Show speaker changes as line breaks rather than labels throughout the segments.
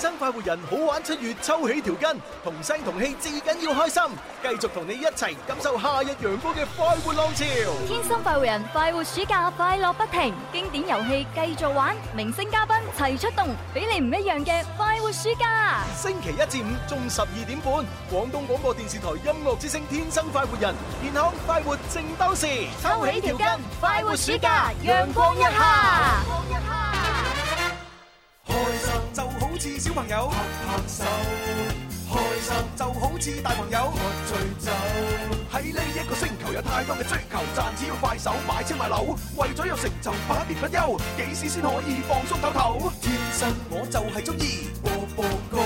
生快活人好玩七月抽起條筋，同聲同氣至緊要開心，繼續同你一齊感受夏日陽光嘅快活浪潮。
天生快活人，快活暑假快樂不停，經典遊戲繼續玩，明星嘉賓齊出動，俾你唔一樣嘅快活暑假。
星期一至五中午十二點半，廣東廣播電視台音樂之聲《天生快活人》，健康快活正當時，
抽起條筋，快活暑假，陽光一下。
開心 就好似小朋友拍拍手，開心就好似大朋友喝醉酒。喺呢一個星球有太多嘅追求，賺錢要快手買車買樓，為咗有成就百年不休，幾時先可以放鬆唞唞？天生我就係中意播播歌，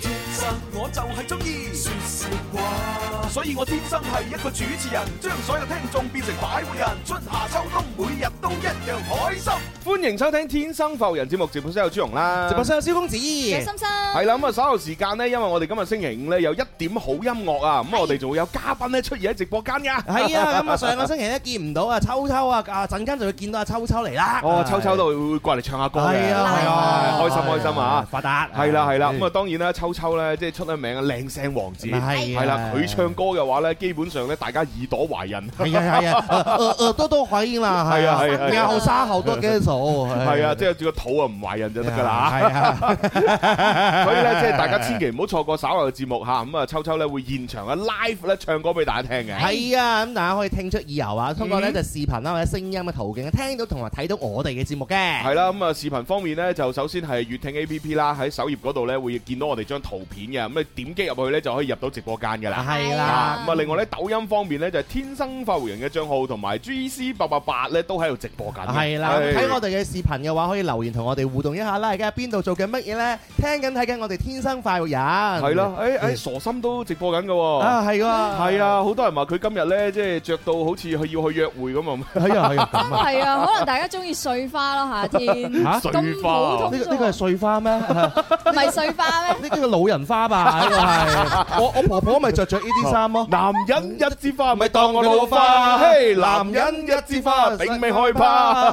天生我就係中意説笑話，所以我天生係一個主持人，將所有聽眾變成擺渡人，春夏秋冬每日都一樣開 心。
歡迎收聽《天生浮人》節目，直播室有朱容啦，
直播室有蕭公子，
有心心
係啦，咁啊稍後時間呢，因為我哋今日星期五呢，有一點好音樂啊，咁我哋仲會有嘉賓呢出現喺直播間㗎。
係啊，咁啊上個星期咧見唔到啊秋秋啊，啊陣間就會見到阿秋秋嚟啦。
哦，秋秋都會過嚟唱下歌嘅，
係啊係啊
開心開心啊！
發達
係啦係啦，咁啊當然啦，秋秋咧即係出咗名啊，靚聲王子
係啊
係啦，佢唱歌嘅話咧，基本上咧大家耳朵懷孕，
係啊 係啊，呃呃都都可以啦，
係啊係啊係啊
後生後多幾 數，
係啊，即係個肚啊唔懷孕就得㗎啦
係啊，
所以咧，即係大家千祈唔好錯過稍後嘅節目嚇，咁啊秋秋咧會現場嘅 live 咧唱歌俾大家聽嘅。
係啊，咁大家可以聽出意由啊，通過咧就視頻啦或者聲音嘅途徑，聽到同埋睇到我哋嘅節目嘅。
係啦，咁啊視頻方面咧，就首先係粵聽 A P P 啦，喺首頁嗰度咧會見到我哋張圖片嘅，咁你點擊入去咧就可以入到直播間㗎啦。
係啦，
啊，咁啊另外咧抖音方面咧就係天生發回人嘅帳號同埋 G C 八八八咧都喺度直播緊嘅。
係啦，
係
睇我哋嘅視頻嘅話，可以留言同我哋互動一下啦。而家喺邊度做緊乜嘢咧？聽緊睇緊我哋天生快活人。係
係啦，誒誒傻心都直播緊㗎喎。
啊係喎，
係啊，好多人話佢今日咧即係着到好似佢要去約會咁啊。
係啊係啊咁啊。
係啊，可能大家中意碎花咯，夏天
嚇
咁普通
呢個
啫
呢個係
喎，
碎花咩？呢
唔係碎花咩？
呢個老人花 吧？呢個係哦我我婆婆咪着着呢啲衫咯。
男人一枝花，嗯咪當我老花。嘿，男人一枝花，並未害怕。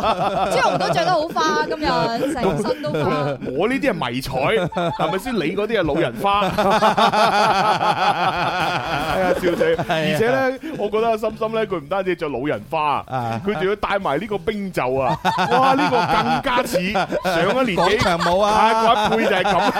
朱紅都着得好花， 今日成身都花。
我呢啲係迷彩，係咪先？你嗰啲係老人花，
啊
哎呀，笑死！而且咧，我覺得阿心心咧，佢唔單止着老人花
啊，
佢仲要戴埋呢個冰袖啊！哇，呢個更加似上一年
廣
紀。
場舞啊！
太過一輩就係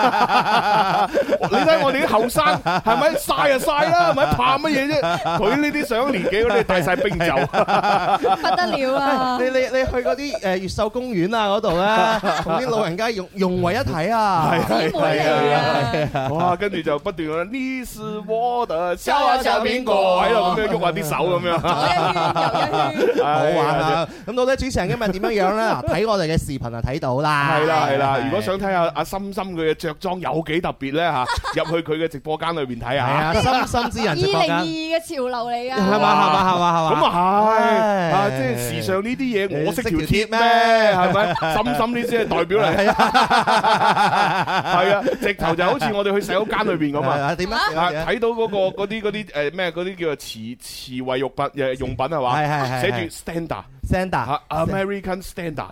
咁， 你睇我哋啲後生係咪晒就晒啊啦，係咪怕乜嘢啫？佢呢啲上一年紀嗰啲戴晒冰袖，
不得了啊！
你你你去嗰啲呃誒越秀公園啊嗰度 咧，同啲老人家融融為一體啊！
姊妹嚟啊！
哇！跟住就不斷咁樣，呢是我的小啊小蘋果
哦
喺度咁樣喐下啲手咁樣。
左一圈，右一圈，
好
好玩！啊！咁到底主持人今日點樣樣咧？嗱睇我哋嘅視頻啊，睇到啦。
係啦係啦，如果想睇下阿心心佢嘅着裝有幾特別咧吓，入去佢嘅直播間裏邊睇
係
下。
啊，心心之
二
人直
零
播
二
間
二嘅潮流嚟
係嘛係
噶。
嘛係嘛係
咁
嘛！
啊係啊，
唉
即係時尚呢啲嘢，我識條
你
鐵
識
咩？
條
係咪？心心呢先係代表嚟，係啊，直頭就好似我哋去洗手間裏邊咁
係
啊。
啊點啊點
啊！
啊點啊？
睇到嗰個嗰啲嗰啲誒咩嗰啲叫做慈慈衛用品誒用品係
係
嘛？
係係
寫住 standard
Sanda
啊 American standard。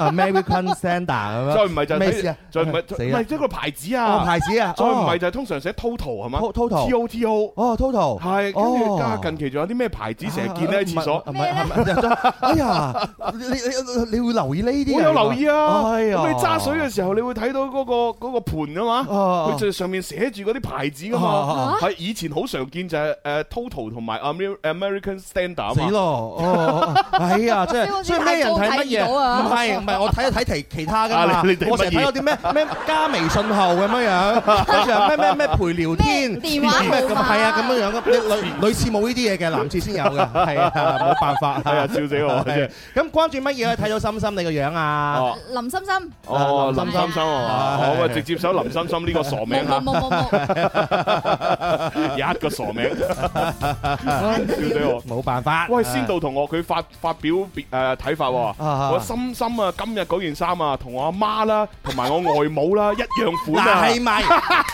American Sanda 咁樣。
再唔係就係睇
咩事啊
再唔係
死
唔
啦
係即係個牌子
哦
啊，
牌子啊，
再唔係
哦
就係通常寫 total 係嘛
Total
T O T O
哦 total
係，跟住
哦
加近期仲有啲咩牌子成日見咧喺廁所
唔。係唔係唔係哎呀，你你你會留意呢啲？
我有留意啊，
哎呀
咁你揸水嘅時候，你會睇到嗰個嗰個盤啊嘛，
哦
佢就上面寫住嗰啲牌子噶
哦
嘛，係以前好常見就係誒 Total 同埋 Amer- American Standard 啊
死
嘛，
咯！哦， 哎呀，即係所以咩人睇乜嘢？唔啊係 唔係，我睇睇其其他
啊
噶嘛。我成日睇嗰啲咩咩加微信號咁 樣樣，跟住咩咩咩陪聊天，咁係啊咁 樣樣嘅。女女廁冇呢啲嘢嘅，男廁先有嘅，係啊，冇辦法。
係啊，笑死我真係。
咁關注乜嘢？睇到心心你個樣啊！
哦
林心心，
哦，
林
林心心啊嘛，
係
我咪直接搜林心心呢個傻
冇
名
冇
嚇，
冇冇冇，
一個傻名，笑死我。
冇辦法。
喂，先。到同學佢發發表別誒睇法
啊
喎，我深深啊，今日嗰件衫啊，同我阿媽啦，同埋我外母啦一樣款
嗱，係
啊，
咪？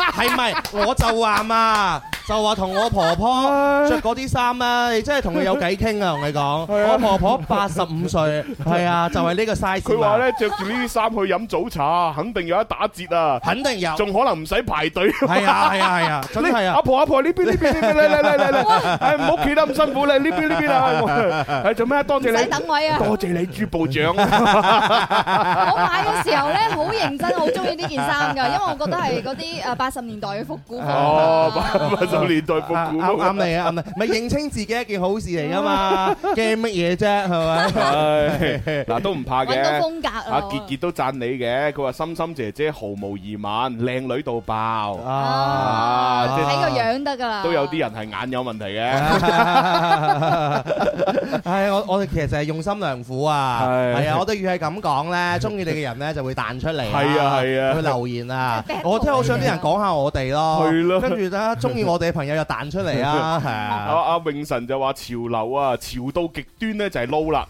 係咪？我就話嘛，就話同我婆婆着嗰啲衫咧，你真係同佢有偈傾啊！同你講，我婆婆八十五歲，係啊，就係呢個 size。
佢話，咧着住呢啲衫去飲早茶，肯定有得打折啊！
肯定有。
仲可能唔使排隊。
係啊係啊係啊，真係
阿
啊！
婆阿婆呢邊呢邊呢邊嚟嚟嚟嚟嚟，唉唔好企得咁辛苦啦，呢邊呢邊啊，唉做咩啊？多謝
唔使
你，
等位啊！
多謝你朱部長。
我買嘅時候咧，好認真，好中意呢件衫㗎，因為我覺得係嗰啲誒八十年代嘅復古風啊。
哦，八八十年代復
啊
古
啱啱你啊，啱你，咪認清自己一件好事嚟噶 嘛，驚乜嘢啫，係咪？
唉嗱都唔怕
揾到
嘅。
風格啊！
阿傑傑都讚你嘅，佢話心心姐姐毫無疑問，靚女到爆，
啊！
啊
啊
即
睇個樣得㗎啦。
都有啲人係眼有問題嘅。
係我我哋其實就係用心良苦啊，
係
係啊，我哋越係咁 講咧，中意你嘅人咧就會彈出嚟，
係啊係啊
會留言啊
即係，
我真係好想啲人講下我哋咯，
係咯
跟住咧中意我哋嘅朋友又彈出 嚟啊，係
阿
啊。
阿永神就話潮流啊，潮到極端咧就係撈啦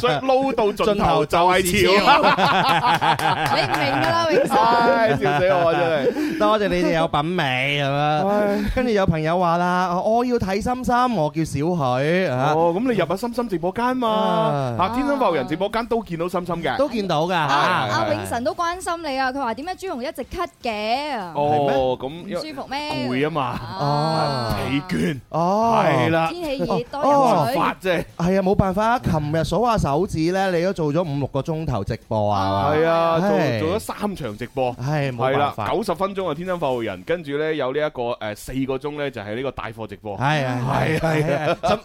所以撈到盡頭就係潮。
你唔明㗎啦，永生。
唉，笑死我真係。
多謝你哋有品味咁樣，跟住有朋友話啦，我要睇心心，我叫小許啊，
哦，咁你入下心心直播間嘛，
啊
啊天生發育人直播間都見到心心嘅。
都見到㗎。
阿阿
啊
永神都關心你啊！佢話點解朱紅一直咳嘅？
哦，咁
唔
因為
舒服咩？
攰啊嘛，
哦
疲倦
哦，
係啦，
天氣熱多
哦
飲水。
發啫。
係啊，冇辦法，琴日數下手指咧，你都做咗五六個鐘頭直播啊，
係啊，做
唉
做咗三場直播。
係冇
係
辦
啦，
法，
九十分鐘啊，天生發育人，跟住咧有呢一個誒四個鐘咧就係呢個帶貨直播。
係係係係辛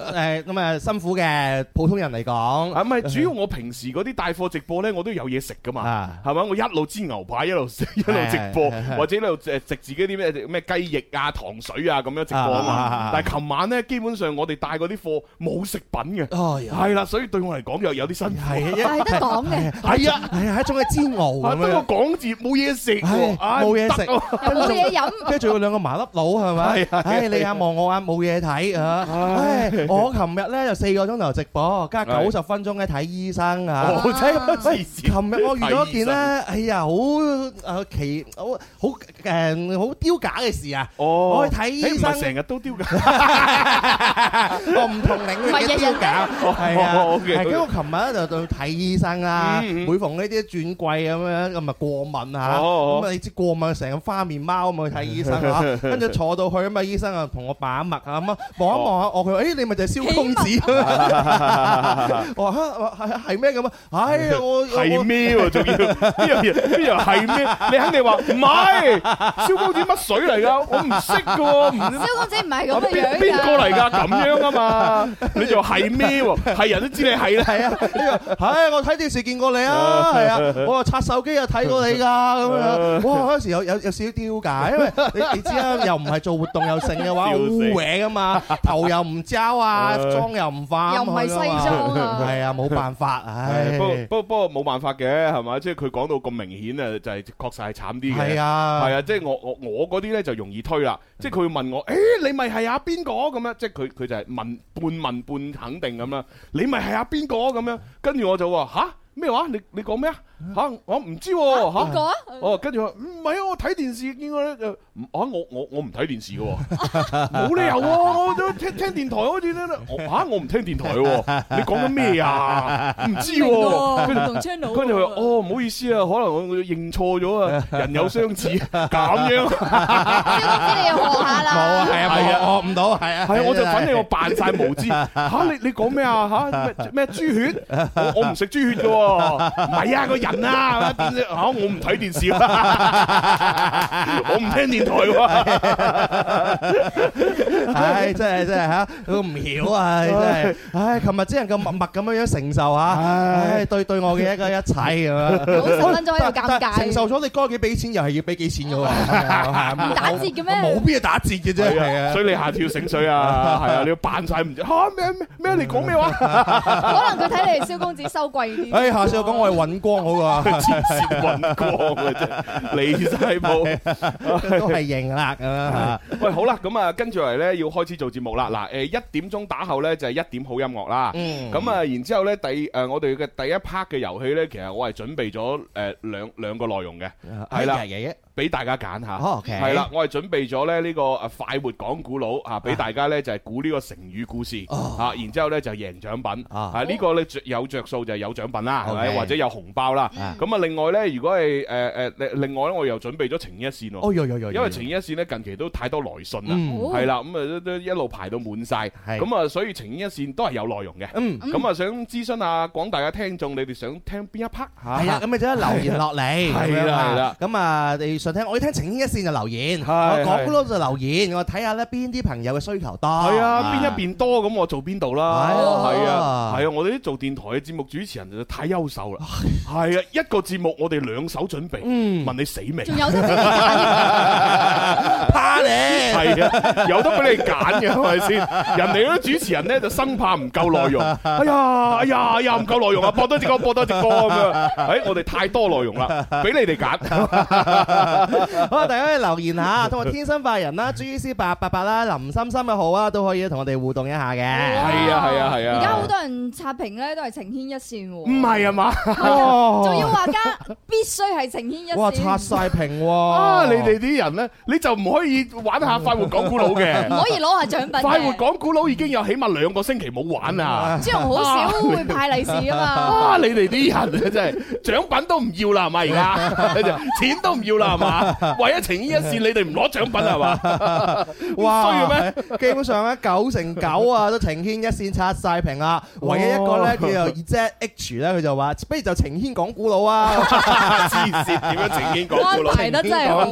誒咁啊辛苦嘅普通人嚟講，
啊，唔係主要我平時嗰啲帶貨直播咧，我都有嘢食噶嘛
啊，
係咪？我一路煎牛排，一路 食，一路直播
係係，係
或者一路誒食自己啲咩咩雞翼啊、糖水啊咁樣直播啊
啊啊
嘛
啊。
但係琴晚咧，基本上我哋帶嗰啲貨冇食品嘅，
哎呀，
係啦，所以對我嚟講又有啲辛苦。
係 一
係得講嘅，
係啊係啊，係一種嘅煎熬
啊
咁
得
樣
個，講字冇嘢食
唉
喎，唉
冇嘢食
唔得啊
又冇嘢飲。
跟住仲有兩個麻甩佬係咪
係？係
唉，你眼望我眼冇嘢睇啊！唉，我琴日咧就四個鐘頭直播，加
係
九十分鐘咧睇醫生啊。
我真係黐線
琴日我遇到一件咧，
睇醫生
哎呀，好誒奇，好好誒好丟架嘅事啊！
哦，
我去睇醫
誒唔係
生
成日都丟㗎。
我唔同領域嘅標價，係啊，
哦，OK，
係跟住我琴日咧就去睇醫生啦。
嗯嗯
每逢呢啲轉季咁樣，咁咪過敏嚇，
哦哦
咁啊你知過敏成個花面貓咁去睇醫生嚇，跟住坐到去咁啊，醫生啊同我把脈啊咁啊，望一望下我佢話，誒你咪就係蕭公子，我話嚇我話係係咩咁啊？唉我我
係咩喎？仲要呢樣嘢呢樣係咩？你肯定話唔係，燒高子乜水嚟㗎？我唔識㗎喎，唔知
蕭公子唔係
啊
咁嘅
邊
樣
邊個嚟
㗎。
㗎？咁樣啊 嘛，你就話係咩喎？係人都知你係啦。
係啊，呢個，唉，我睇電視見過你啊，係啊，我話刷手機又睇過你㗎咁樣，哇，嗰時有有有少少丟架，因為你 你知啦，又唔係做活動又剩嘅話，
笑死
污衊㗎嘛，頭又唔焦啊，
唉
妝又唔化，
又唔係西裝啊
係啊，冇辦法，唉
係，不過不過不過冇辦法嘅係嘛，即係佢講到咁明顯啊，就係確實係慘啲嘅。
係
係
啊，
啊，即係我我我嗰啲咧就容易推啦，即係佢會問我，誒你咪係阿邊個咁樣，即係佢佢就係問半問半肯定咁啦，你咪係阿邊個咁樣，跟住我就話吓，咩話？你你講咩啊？
嗯
吓我唔知喎
邊個
吓。
啊？
哦，跟住我話唔係啊！我睇電視見過咧，就唔啊我我我唔睇電視嘅喎， 冇理由喎、我都聽聽電台好似咧，我嚇我唔聽電台喎、你講緊咩啊？唔知喎、跟住
同 channel。
跟住佢話：哦，唔好意思啊，可能我我認錯 咗啊，人有相似咁樣，
蕭公子你又學
冇
下
啊，
啦。
係啊，
係啊
我我唔到，係啊，
係啊我就反正我
我
扮晒 無知嚇，你你講咩啊嚇咩咩豬血？我我唔食豬血嘅喎，唔係啊個人啊電視嚇我唔睇 電視啊，我唔聽電台喎，
唉，真係真係嚇，佢唔曉啊，真係，唉，琴日只能夠默默咁樣樣承受嚇，唉，對對我嘅一個一切咁樣。
九十分鐘喺度尷
但但承受
尬。
咗你該幾俾錢，又係要俾幾錢嘅喎，
打折嘅咩
冇必要打折嘅啫，係啊
所。以你下次要 醒水啊，係啊，你要扮晒唔知嚇咩咩咩你講咩話？
可能佢睇你蕭公子收貴啲。
哎，下次我講我係揾光好過，
黐線揾光啊真，離晒譜。
都係型啦咁樣嚇。
喂，好啦，咁啊，跟住嚟呢，要開始做節目啦。嗱，誒一點鐘打後呢，就係一點好音樂啦。
嗯
咁啊，然之後呢，第誒我
啊
哋嘅第一 part 嘅遊戲呢，其實我係準備咗誒兩兩個內容嘅，係啦
係嘅，
俾大家揀吓。
哦，OK
係啦，我係準備咗咧呢個誒快活講古佬啊，俾大家咧就係估呢個成語故事
哦
啊，然之後咧就贏獎品
啊
啊，呢個咧着有着數就係有獎品啦，係咪？
OK
或者有紅包啦
嗯。
咁啊，另外咧，如果係誒誒，另外咧，我又準備咗情意一線喎。
哦，有有有，
因為情意一線咧近期都太多來信啦，
嗯
係啦，咁啊都都一路排到滿晒，咁啊所以情意一線都係有內容嘅。
嗯。
咁啊，想諮詢下廣大嘅聽眾，你哋想聽邊一 part 嚇？
係啦，啊咁你就留言落嚟，
係啦係啦
咁啊，你想聽，我要聽情牽一線就留言，我
係
講嗰就留言，我睇下咧邊啲朋友嘅需求多，
係啊，邊一邊多咁我做邊度啦？
係啊
係啊，係啊，我哋啲做電台嘅節目主持人就太優秀啦。係啊，一個節目我哋兩手準備，
嗯
問你死未？
仲有得俾你揀。
怕你。
係啊，有得俾你揀嘅，係咪先？人哋嗰啲主持人咧就生怕唔 夠內容，哎呀，哎呀，哎呀，唔夠內容啊，播多隻歌，播多隻歌咁樣。誒，我哋太多內 容啦，俾你哋揀。
好啊！大家可以留言 下，通過天生快人啦、G C 八八八啦、林心心嘅號啊，都可以同我哋互動一下嘅。
係啊係啊係啊
而家好多人刷屏咧，都係情牽一線
唔
喎。
係啊嘛？
仲要話加 必須係情牽一線。
哇，刷晒屏喎！
啊！你哋啲人咧，你就唔可以玩下快活講古佬
唔
嘅。
可以攞下獎品嘅。
快活講古佬已經有起碼兩個星期冇玩啦。
朱紅好少會派利是啊嘛。
啊！你哋啲人真係獎品都唔要啦，係咪 而家？錢都唔要啦，係嘛？為咗情依一線，你哋唔攞獎品係嘛？
哇，
咁衰
基本上咧九成九啊都情牽一線刷晒屏啦，
哦
唯一一個咧叫做 Z H 咧，佢就話不如就情牽講古佬啊。
黐線 點樣情牽講古佬
安？排得真係好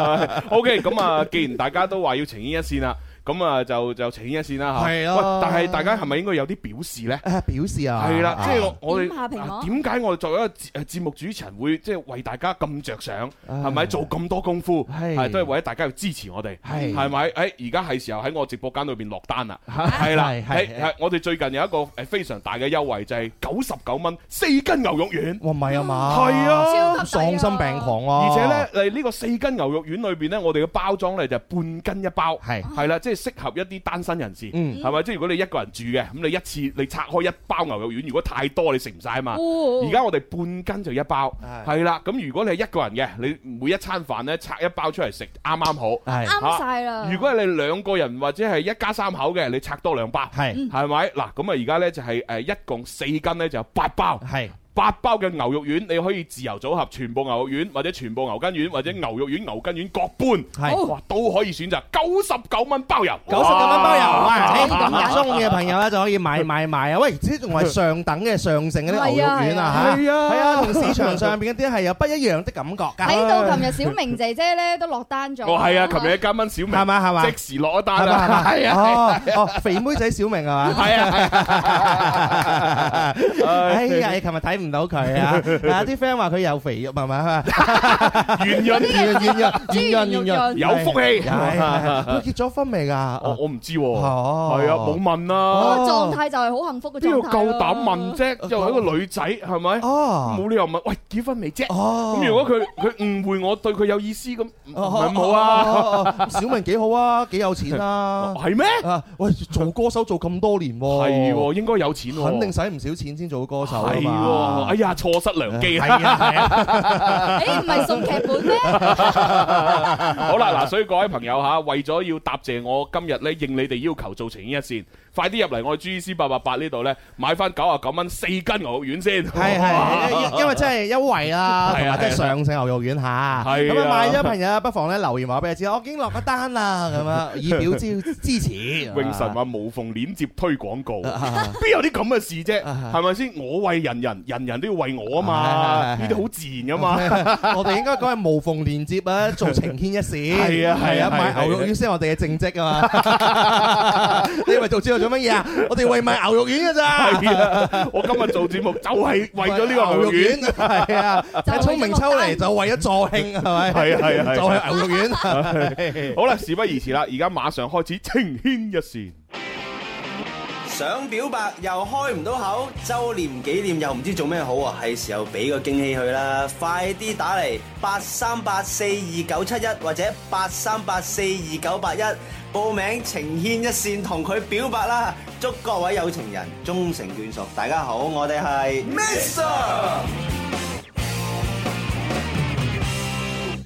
啊。
O K，咁啊，既然大家都話要情牽一線啦，咁啊就就情牽一線啦嚇。
係啊
喂但係大家係咪應該有啲表示咧？
誒表示啊，
係啦，即係我我
點下
哋
評
啊
我
點解我哋作為一個節誒節目主持人會即係為大家咁着想，係咪做咁多功夫，
係
係都係為咗大家要支持我哋，
係
係咪？誒哎而家係時候喺我直播間裏邊落單啦，係啦，
係
係
係
係我哋最近有一個誒非常大嘅優惠就係九十九蚊四斤牛肉丸。
哇唔係啊嘛，
係啊
超級抵啊
喪心病狂啊！
而且咧，誒呢個四斤牛肉丸裏邊咧，我哋嘅包裝咧就係半斤一包，
係
係啦，即係適合一啲單身人士，
嗯
係咪？即係如果你一個人住嘅，咁你一次你拆開一包牛肉丸，如果太多你食唔晒啊嘛。
哦
而家我哋半斤就一包，
係
係啦。咁如果你係一個人嘅，你每一餐飯咧拆一包出嚟食，啱啱好。
係
啱晒啦。
啊如果係你兩個人或者係一家三口嘅，你拆多兩包，
係
嗯
係咪？嗱，咁啊而家咧就係誒一共四斤咧就有八包。
係
八包嘅牛肉丸，你可以自由組合，全部牛肉丸或者全部牛筋丸或者牛肉丸、牛筋丸各半，
哦
係
哇都可以選擇九十九蚊包郵，
九十九蚊包郵，
可以咁
哇！
解
中意嘅朋友咧就可以買買買啊！喂，即仲係上等嘅上乘嗰啲牛肉丸啊嚇，
係啊
係啊，同市場上邊嗰啲係有不一樣的感覺㗎，
睇到琴日小明姐姐咧都落單咗。
我係啊，琴日一加蚊小明
係咪係咪
即時落一單
係嘛係
啦，
嘛？
係啊，
哦哦，肥妹仔小明係嘛？
係啊，係 啊
哎呀，你琴日睇唔到佢 啊！啊，啲 friend 話佢有肥肉係咪？
圓潤
圓潤圓潤圓潤，
有福氣
係係係佢結咗婚未㗎？
我我唔知喎，
哦
係啊，冇問啦，
哦
嗰個狀態就係好幸福嘅狀態。
邊度夠膽問？啫？又係一個女仔，係咪？
哦
冇理由問，喂，結婚未啫？
哦，
咁如果佢佢誤會我對佢有意思咁，唔唔
哦
係冇啊？
哦哦小明幾好啊，幾有錢 啊！
哦係咩？
啊，喂，做歌手做咁多年喎，
係喎，應該有錢喎，
肯定使唔少錢先做歌手啊
係喎，
嘛
哎呀，錯失良機
係啊，係啊，
誒唔係送劇本咩？
好啦，嗱，所以各位朋友吓，為咗要答謝我今日咧應你哋要求做情牽一線，快啲入嚟我 G C 八八八呢度咧買翻九啊九蚊四斤牛肉丸先，
係係，因因為真係優惠啦，
係啊
同埋真係
係啊
上正牛肉丸嚇。
係啊
咁啊，買咗朋友不妨咧留言話俾你知，我已經落咗單啦，咁樣以表支支持。
永神話無縫鏈接推廣告，
啊
邊有啲咁嘅事啫？
啊
係咪先？我為人人，人人都要為我啊嘛，
係係
呢
係
啲好自然噶 嘛。
我哋應該講係無縫連接啊，做情牽一線。
係啊係啊係啊
買牛肉丸先係我哋嘅正職啊嘛。你以為做主做乜嘢啊？我哋為賣牛肉丸㗎咋。
係啊，我今日做節目就係為咗呢個牛肉丸。
丸，係啊，睇聰明抽嚟就為咗助興，係咪？
係啊係啊係啊
就係牛肉丸。
好啦，事不宜遲啦，而家馬上開始情牽一線。
想表白又開唔到口，周年紀念又唔知做咩好啊！係時候俾個驚喜佢啦，快啲打嚟八三八四二九七一或者八三八四二九八一報名情牽一線同佢表白啦！祝各位有情人終成眷屬！大家好，我哋係 Mr。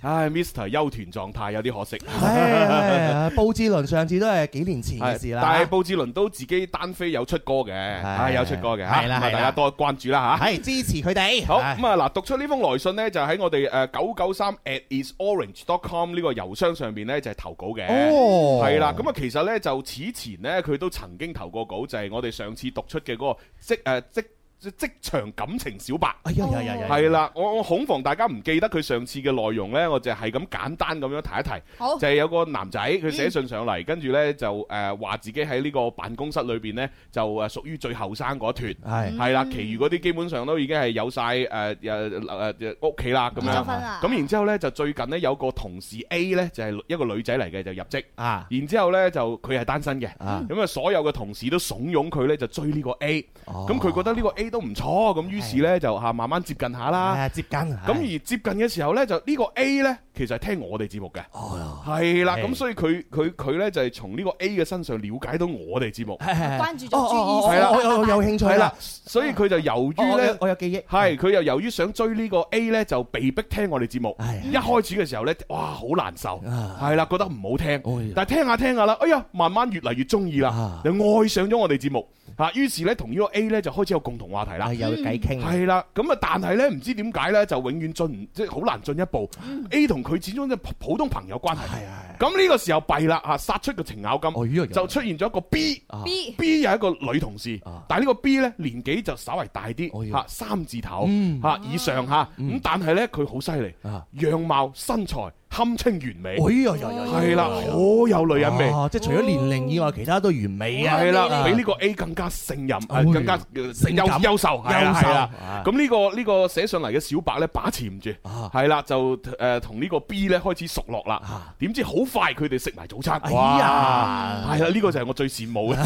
唉，Mr. 休團狀態有啲可惜。
唉，布志倫上次都係幾年前嘅事啦。
但係布志倫都自己單飛有出歌嘅，啊有出歌嘅嚇，
係啦
咁啊
係啦
大家多關注啦嚇。
係支持佢哋。
好
係
咁啊！嗱，讀出呢封來信呢，就喺我哋誒九九三 at isorange.com 呢個郵箱上邊呢，就係投稿嘅。
哦，
係啦，咁啊，其實呢，就此前呢，佢都曾經投過稿，就係我哋上次讀出嘅嗰個呃職誒職職職場感情小白。
哎呀呀呀呀，
係啦，我我恐防大家唔記得佢上次嘅內容呢，我就係咁簡單咁樣提一提。
好
就係有個男仔，佢寫信上嚟，跟住呢就誒話、自己喺呢個辦公室裏邊呢，就誒屬於最後生嗰一脱，
係
係啦，其餘嗰啲基本上都已經係有晒呃誒誒誒誒屋企啦咁
結咗
樣。
婚啦，
咁然之後呢，就最近呢有個同事 A 呢，就係、一個女仔嚟嘅，就入職。
啊
然之後呢，就佢係單身嘅，
啊，
咁啊所有嘅同事都慫恿佢呢，就追呢個 A，咁
咁
佢覺得呢個 A 都唔錯，咁於是呢，就嚇啊慢慢接近下啦。
啊接近
咁而接近嘅時候呢，就呢個 A 呢，其實係聽我哋節目嘅。
哦，
係啦，
係
咁所以佢佢佢咧就係從呢個 A 嘅身上了解到我哋節目，
係係
關注咗
哦哦
注
哦
意
係啦，
先
我有我有興趣
係啦
啦，，
所以佢就由
哦
於
我
咧
有。我有記憶，
係，佢又由於想追呢個 A 呢，就被逼聽我哋節目。
係
一開始嘅時候呢，哇，好難受，
啊
係啦，覺得唔好
哎呀
聽。但係聽下聽下啦，哎呀，慢慢越嚟越中意啦
啊，
就愛上咗我哋節目。嚇，於是呢，同呢個 A 呢，就開始有共同話題啦
係。有偈傾，
係啦，咁啊，但係呢，唔知點解呢，就永遠進唔即係好難進一步。A 同佢始終都係普通朋友關嗯係。
係啊，
咁呢個時候弊啦嚇，殺出個程咬金。
哦呢個
就出現咗一個 B。
B
B 有一個女同事
啊，
但係呢個 B 呢年紀就稍為大
哦
啲，
喲
嚇三字頭
嗯
嚇以上嚇，咁但係呢，佢好犀利
啊，
樣貌身材堪稱完美，
哎呀呀呀，
係啦，好有女人味，
哦即係除咗年齡以外，其他都完美啊，
係啦，比呢個 A 更加勝任，
哎
呃更加呃
性感
優優秀，係啦
優秀
係啦。
啊
咁呢個呢個寫上嚟嘅小白呢，把持唔住，
啊
係啦就誒同呢個 B 呢開始熟落啦
啊，
點知好快佢哋食埋早餐，
哎
哇！
呀，
係啦，呢個就係我最羨慕嘅。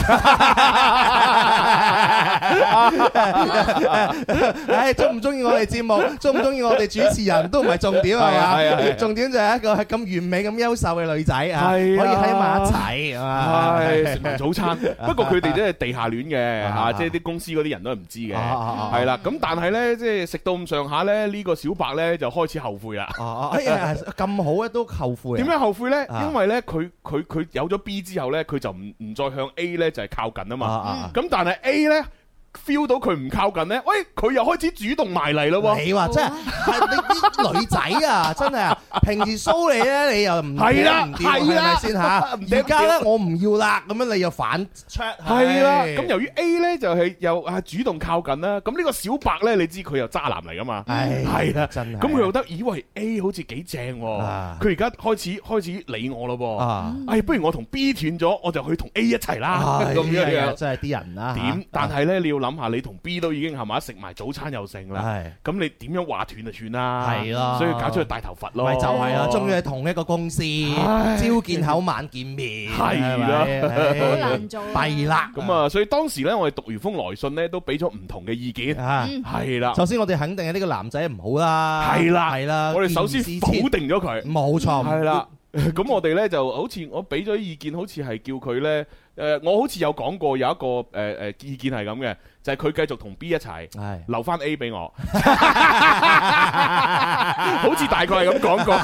唉，中唔中意我哋 節目，中唔中意我哋主持人都唔係重點係
係啊係啊係
嘛
啊，
重點就係一個咁完美咁優秀嘅女仔啊，可以
係啊
喺埋一齊啊嘛，
唉，食埋早餐。不過佢哋真係地下戀嘅嚇，
啊
即係啲公司嗰啲人都係唔知嘅。
啊啊啊
係啦，咁但係呢，即係食到咁上下呢，呢個小白呢就開始後悔啦。
哦哦，哎呀，咁好咧都後悔啊，
點樣後悔呢？
啊
因為呢，佢佢佢有咗 B 之後呢，佢就唔唔再向 A 呢就係靠近啊
啊
嘛。
啊？啊
咁但係 A 呢 feel 到佢唔靠近呢，喂，佢又開始主動埋嚟咯喎。
你話真係，係你啲女仔啊，真係啊，平時騷你咧，你又唔
係啦
唔掂
係
係
啦
咪先吓？
唔掂
而家咧，我唔要啦，咁樣你又反 check
係啦，咁由於 A 呢就係又啊主動靠近啦，咁呢個小白呢，你知佢又渣男嚟噶嘛？
唉
係啦，
真係
咁佢又得以為 A 好似幾正喎，
啊
佢而家開始開始理我咯噃。
啊
哎，不如我同 B 斷咗，我就去同 A 一齊啦，
唉
咁樣
係啊
樣。
真係啲人啊
點？但係呢，你要諗下，你同 B 都已經係嘛食埋早餐又剩啦，
係
咁你點樣話斷就斷
啊
啦，
係啦
所以搞出去大頭佛咯，
咪就係啦，終於係同一個公司，
唉
朝見口晚見面，
係啦
好
啦
難做，
弊啦
咁啊，所以當時呢，我哋讀完封來信呢，都俾咗唔同嘅意見，
啊！
嗯
係啦，
首先我哋肯定係呢個男 仔唔好啦，
係啦
係啦，
我哋首先
言之
否
前
定咗佢。
冇錯，
系啦， 咁我哋呢就好似我俾咗意見，好似係叫佢呢。诶、我好似有講過有一個诶诶、呃意見係咁嘅，就係佢繼續同 B 一齊，
係。
留翻 A 俾我， 好似大概係咁講過。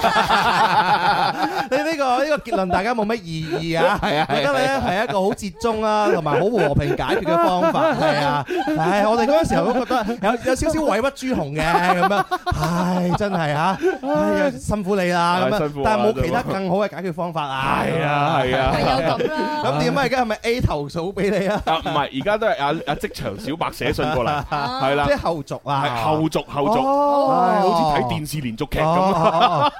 你呢個呢個結論大家冇乜異議 啊，係啊，我覺得咧係一個好折中啊，同埋好和平解決嘅方法，係啊，唉，我哋嗰陣 時候都覺得有有少少委屈朱紅嘅咁樣，唉，真係啊，唉呀，辛苦你啦咁
唉辛苦
樣，
啊
但係冇其他更好嘅解決方法啊，
係啊，係
唯
啊。
有咁啦。
咁點啊？而家係咪 A 投訴俾你啊？
啊，唔係，而家都係阿阿職場小白寫信過嚟，係啦
即，係後續啊，哦
係後續後續，
續
唉好似睇電視連續劇咁。
哦哦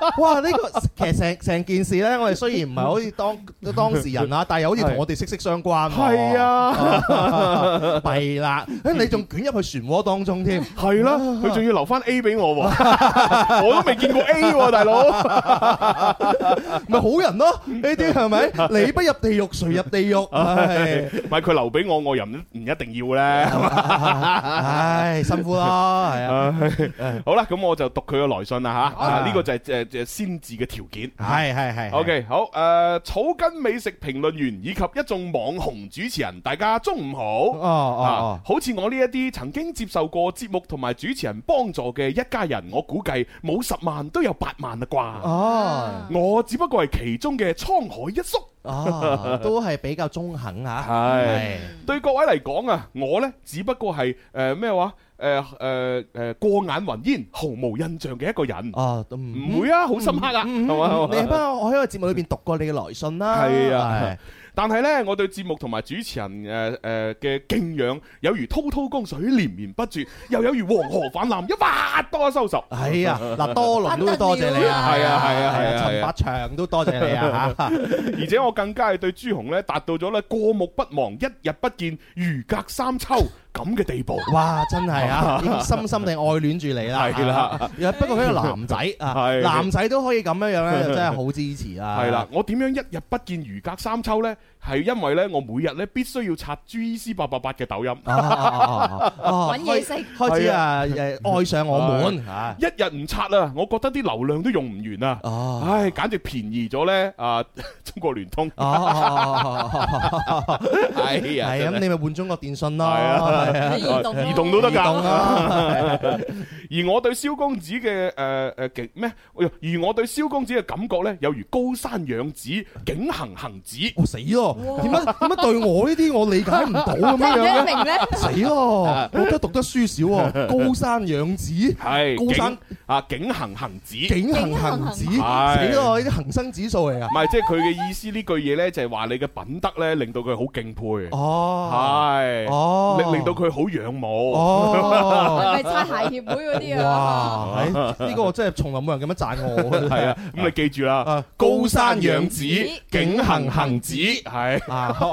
哦哇！呢個其實成 成件事咧，我哋雖然唔係好似 當當事人啦，但係又好似同我哋息息相關喎。
係啊，
弊啦！誒，你仲捲入去漩渦當中添，
係啦，佢仲要留翻 A 俾我喎，我都未見過 A 喎，大佬。
咪好人咯？呢啲 係咪？你不入地獄，誰入地獄？唉
唔係佢留俾我，我又唔唔一定要咧。
唉，辛苦啦，係啊，
好啦，咁我就讀佢嘅來信啦吓，啊
啊
呢個就係誒誒先至嘅條件。
係係係。
O K，好誒，草根美食評論員以及一眾網紅主持人，大家中午
哦
好。啊
哦，
好似我呢一啲曾經接受過節目同埋主持人幫助嘅一家人，我估計冇十萬都有八萬啦
哦，
啩。
哦
我只不過係其中嘅滄海一粟。
哦，都係比較中肯嚇。
係對各位嚟講啊，我呢只不過係呃誒咩話誒誒誒呃過眼雲煙，毫無印象嘅一個人。
哦，
唔
唔
會啊，好深刻啊，
嗯
係嘛係嘛
你不過我喺個節目裏邊讀過你嘅來信啦。
係 啊，但係呢，我對節目同埋主持人誒誒嘅敬仰，有如滔滔江水連綿不絕，又有如黃河泛濫，一發不可收拾。
係。係啊，嗱，多倫都多謝你啊，
係啊係啊係啊
陳百祥都多 謝你啊嚇。
而且我更加係對朱紅呢達到咗呢過目不忘，一日不見如隔三秋咁嘅地步。
哇！真係啊，已經深深地愛戀住你啦。
係啦
啊，不過佢個 男仔啊
係，
男 仔都可以咁樣樣咧，就真係好支持啊。
係啦，我點樣一日不見如隔三秋呢？係因為呢，我每日呢必須要刷 G C 八八八嘅抖音。
哦，哦，哦 哦
揾嘢食
開開始啊，誒愛上我們嚇。
一日唔刷啊，我覺得啲流量都用唔完啊！
哦
唉，簡直便宜咗呢啊！ 中國聯通
哦哦，
係啊，
係
真
咁，
係
你咪換中國電信咯。
係
係啊
移動咯
移動都得
啊移動啊
㗎。
咯。
而我對蕭公子嘅誒誒極咩？哦而我對蕭公子嘅感覺呢，有如高山仰止，景行行止。
我哦死 咯！點 解點解對我呢啲我理解唔到咁樣 樣嘅？
明咧，
死 咯！我覺得讀得書少喎，高山仰止。
係
高山
景啊，景行行止。
景行行止，死
係
咯！呢啲恒生指數嚟噶
唔。係，即係佢嘅意思呢句嘢呢，就係話你嘅品德呢，令到佢好敬佩。
哦，
係。
哦，
令令到佢好仰慕。
哦，
係咪擦鞋協會嗰啲啊？
哇！係哎呢個我真係從來冇人咁樣讚我嘅，
系啊，咁你記住啦
啊，
高山仰止，景行行止，係。
啊！學學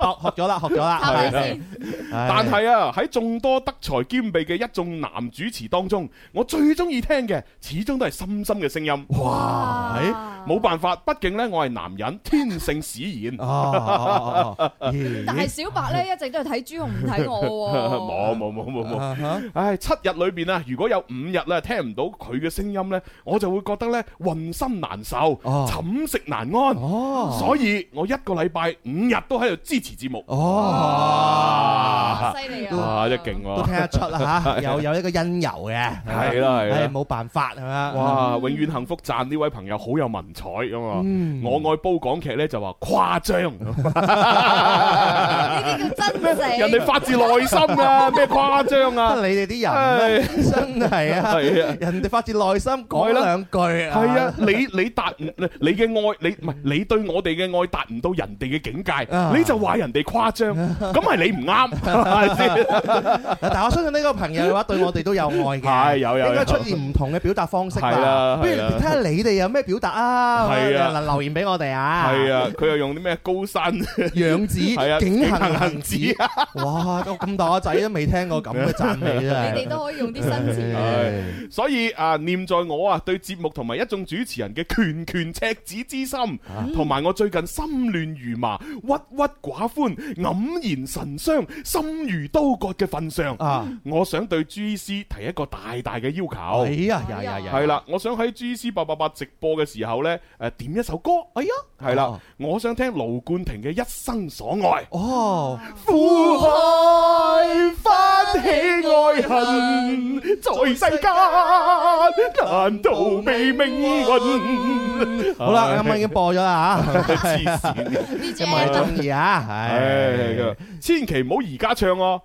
學學學學學咗啦，學咗啦。
擦咪
係啊
先？
唉
但係啊，喺眾多德才兼備嘅一眾男主持當中，我最中意聽嘅，始終都係深深嘅聲音。
哇，係
冇辦法，畢竟呢，我係男人，天性使然。
哦，咦
但係小白 咧一直都係睇朱紅唔睇我
冇冇冇冇冇。
啊哈
唉，七日裏邊啊，如果有五日咧聽唔到佢嘅聲音呢，我就會覺得呢，渾身難受，
哦
寢食難安。
哦，
所以我一個禮拜五日都喺度支持節目。
哦，
喎，犀利啊！
哇，真係勁
都
喎！
聽得 出啦嚇，有有一個因由嘅，
係啦係啦
唉冇辦法係嘛。
哇，永遠幸福讚呢位朋友好有文采咁啊！
嗯
我愛煲港劇呢，就話誇張，
呢啲叫真誠。
人哋發自內 心噶，咩誇張啊？
得你哋啲人
唉
咧，真係啊！
係啊！
人哋發自內心講兩句啊，
係啊，你你达唔你嘅愛，你唔係你對我哋嘅愛達唔到人哋嘅境
啊
界，你就話人哋 誇張，咁係你唔啱，係咪先
但係我相信呢個朋友嘅話對我哋都有愛嘅，
係有有
應該出現唔同嘅表達方式
係啦
啦。不如
係啦
睇下你哋有咩表達啊？
係啊
嗱留言俾我哋 啊。
係，啊，佢又用啲咩 高山，
養子
係啊
景行行
行
子
止，
哇！我咁大個仔都未聽過咁嘅讚美真係
你哋都可以用啲新 詞嘅。
唉
所以啊，念在我啊對節目同埋一眾主持人嘅拳拳赤子之心，同埋我最近心亂如麻、鬱鬱寡歡、黯然神傷、 心如刀割嘅份上，
啊！
我想對 G C 提一個大大嘅要求
哎。呀呀呀呀！
系啦，我想喺 G C 八八八直播嘅時候呢，诶点一首歌，
哎呀，
係啦
哦，
我想聽盧冠廷嘅《一生所愛》。
哦，
苦海翻起愛恨，在世間難道 被命運？
好啦，啱啱已經播咗 啦嚇，
黐線嘅，
DJ
因為中意啊，
唉
唉，，
千祈唔好而家唱哦，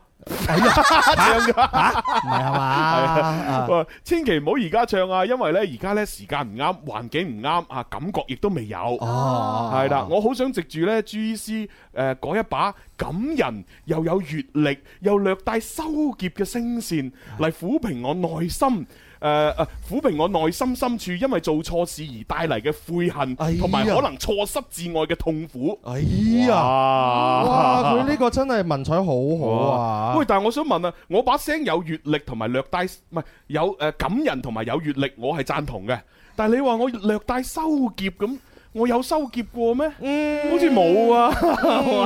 唔 係係嘛？啊
喂千祈唔好而家唱啊，因為呢而家呢時間唔啱，環境唔啱啊，感覺亦都未有。
哦，
系啦，我好想藉住咧 G C 诶嗰一把感人又有閱歷又略帶羞澀嘅聲線
啊
嚟撫平我內心。誒誒，呃撫平我內心深處因為做錯事而帶嚟嘅悔恨，
哎呀
同埋可能錯失至愛嘅痛苦。
哎呀，哇！
哇
佢呢個真係文采好好啊！
喂，但係我想問啊，我把聲有閱歷同埋略帶唔係呃
嗯
有誒感人同埋有閱歷，我係贊同嘅。但係你話我略帶羞澀咁，我有收劫過咩？
嗯
好似冇啊！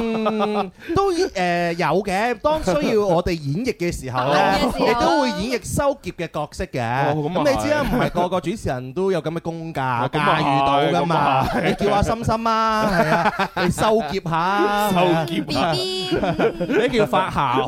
嗯， 都誒有嘅。當需要我哋演繹嘅時候咧，
嘅時候啊
你都會演繹收劫嘅角色嘅。
哦咁啊
咁你知啦，唔係個個主持人都有咁嘅功架
哦 咁
駕
啊
馭到噶嘛
係咁啊？
你叫阿心 心啊，係啊，你收劫下，
收 劫
B
啊！
B，
你叫發姣，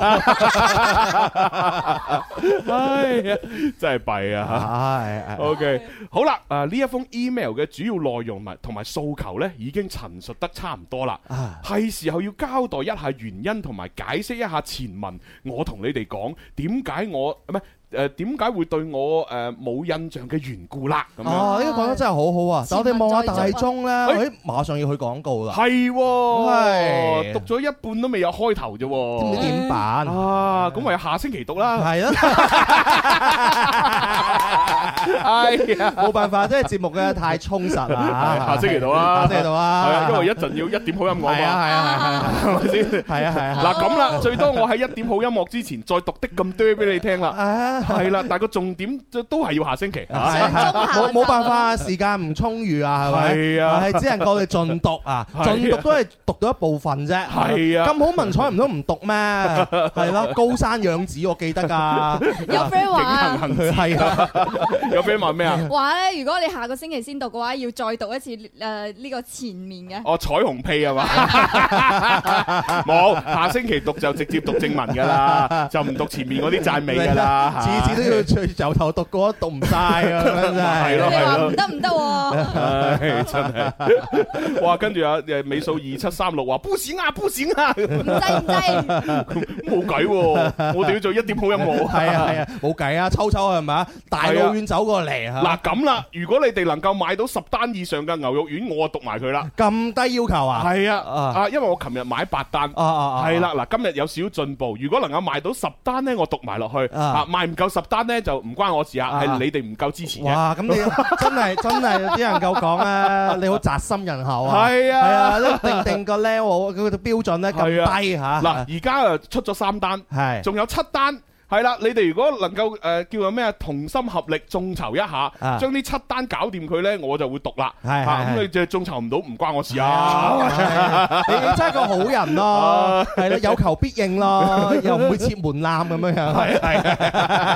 哎
唉呀，真係弊啊！
係
OK，好啦，啊呢一封 email 嘅主要內容同埋訴求呢，已經陳述得差唔多啦，
啊
係時候要交代一下原因同埋解釋一下前文。我同你哋講點解我唔係誒點解會對我誒冇印象嘅緣故啦咁樣。
哦，呢個講得真係好好啊！但我哋望下大鐘咧，誒，馬上要去廣告啦，
係
哦
喎，
係
哦讀咗一半都未有開頭啫
唔知
喎。
點辦？
啊，咁唯有下星期讀啦。
係啦，
係啊。
冇辦法，即係節目嘅太充實啦。
à. 下星期到啦
下星期到
係
啦。
啊，因為一陣要一點好音
係
樂嘛，
啊係啊
係咪先？
係啊係啊係啊。
嗱咁啦，最多我喺一點好音樂之前再讀的咁多俾你聽啦，
啊，
係啦，但係個重點都都係要下星期。
上中下
冇冇辦法，時間唔充裕啊，係咪？
係啊
係只能夠你盡讀啊，
係啊
盡讀都係讀到一部分啫。
係啊
咁好文采唔通唔讀咩？係 啦，高山仰止我記得㗎。
有 friend 話啊
係啊，
有 friend 話咩啊？
話咧，如果你下個星期先讀嘅話，要再讀一次誒呢個前面嘅。
哦，彩虹屁係嘛？ 冇，下星期讀就直接讀正文㗎啦，就唔讀前面嗰啲讚美㗎啦。
次次都要最由頭讀過，讀唔晒 啊，真
係
係。
咯
你話唔 得唔得喎？
唉，真係哇！跟住啊，誒尾數二七三六話不閃啊，不閃啊，
唔制唔制，
冇計喎，我哋要做一點好音樂。
係啊係啊，冇計啊，秋秋係咪啊？大老遠走過嚟嚇。
啊嗱咁啦，如果你哋能夠買到十單以上嘅牛肉丸，我讀埋佢啦。
咁低要求啊？
係啊，
啊
啊，因為我琴日買八單。
啊啊啊！
係啦，嗱，今日有少少進步。如果能夠賣到十單呢，我讀埋落去。
啊
啊，賣唔夠十單呢，就唔關我事啊，
啊
係你哋唔夠支持啫。
哇！啊咁你 真係真係只能夠講啊，你好宅心仁厚啊！
係啊
係啊，都定定個 level 佢個標準咧
係啊
咁低嚇。
嗱，而家啊出咗三單，
係
仲有七單。係啦，你哋如果能夠誒叫做咩啊，同心合力眾籌一下，
啊
將呢七單搞掂佢呢，我就會讀啦。
係
啊
係
咁
係
你就眾籌唔到唔關我事
啊
啊。
係你真係個好人
啊
咯，係啦，有求必應咯， 又唔會設門檻咁樣樣。
係啊係， 好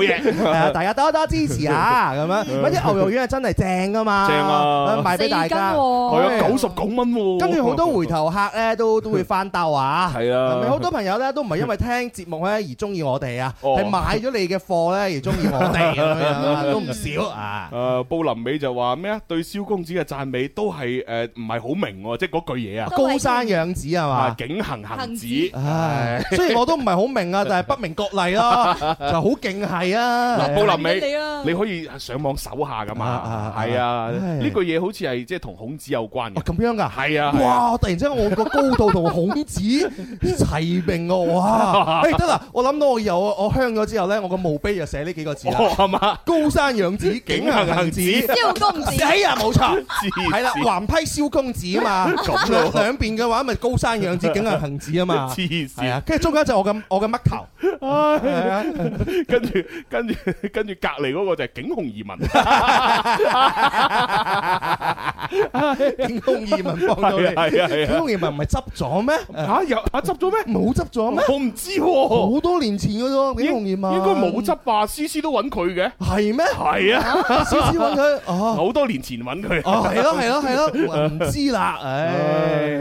嘢。
係啊， 大家多多支持 啊！咁樣，嗰啲牛肉丸係真係正噶嘛，
正啊
賣俾大家。
係啊，
係
九十九蚊喎。
跟住好多回頭客咧都都會翻兜啊，
係啊
係咪好多朋友咧都唔係因為聽節目咧而中意我哋啊，
哦
係買咗你嘅貨咧而中意我 哋咁樣啊都唔少啊。
誒，布林美就話咩啊？對蕭公子嘅讚美都係誒唔係好明喎，即係嗰句嘢啊，
高山仰止係
啊
嘛？
景行行
行
止
止。
唉，雖然我都唔係好明啊，但係不明覺厲 啦，就好勁係
嗱，
啊。
布林
你
美，
啦，
你可以上網搜下
啊
噶
啊
嘛，
啊
係啊，
唉
呢句嘢好似係即係同孔子有關
哦
嘅，
咁樣噶，
係啊，係啊
哇！突然之間我個高度同孔子齊名喎， 哇！誒得啦，我諗到我有我香咗之後咧，我個墓碑就寫呢幾個字啦
哦，係嘛，
高山仰 止，景行行止。
蕭公子
係啊，冇錯，
自
係啦，橫批蕭公子啊嘛，
咁
兩
咯，
兩邊嘅話咪高山仰止，景行行止啊嘛，
黐
係
線
啊，，跟住中間就我嘅我嘅嘜頭，係啊，
跟住跟住跟住隔離嗰個就係景洪移 民，
景空移民幫到你，
係啊係啊係啊
景空移民唔係執咗咩？
嚇又嚇執咗咩？
冇執咗咩？
我唔知喎。
好多年前嘅啫，景空移民
應該冇，執吧，C C 都揾佢嘅，
係咩？
係啊，
少少 揾佢，哦
好多年前揾佢。
哦，係咯係咯係咯，唔知 啦，唉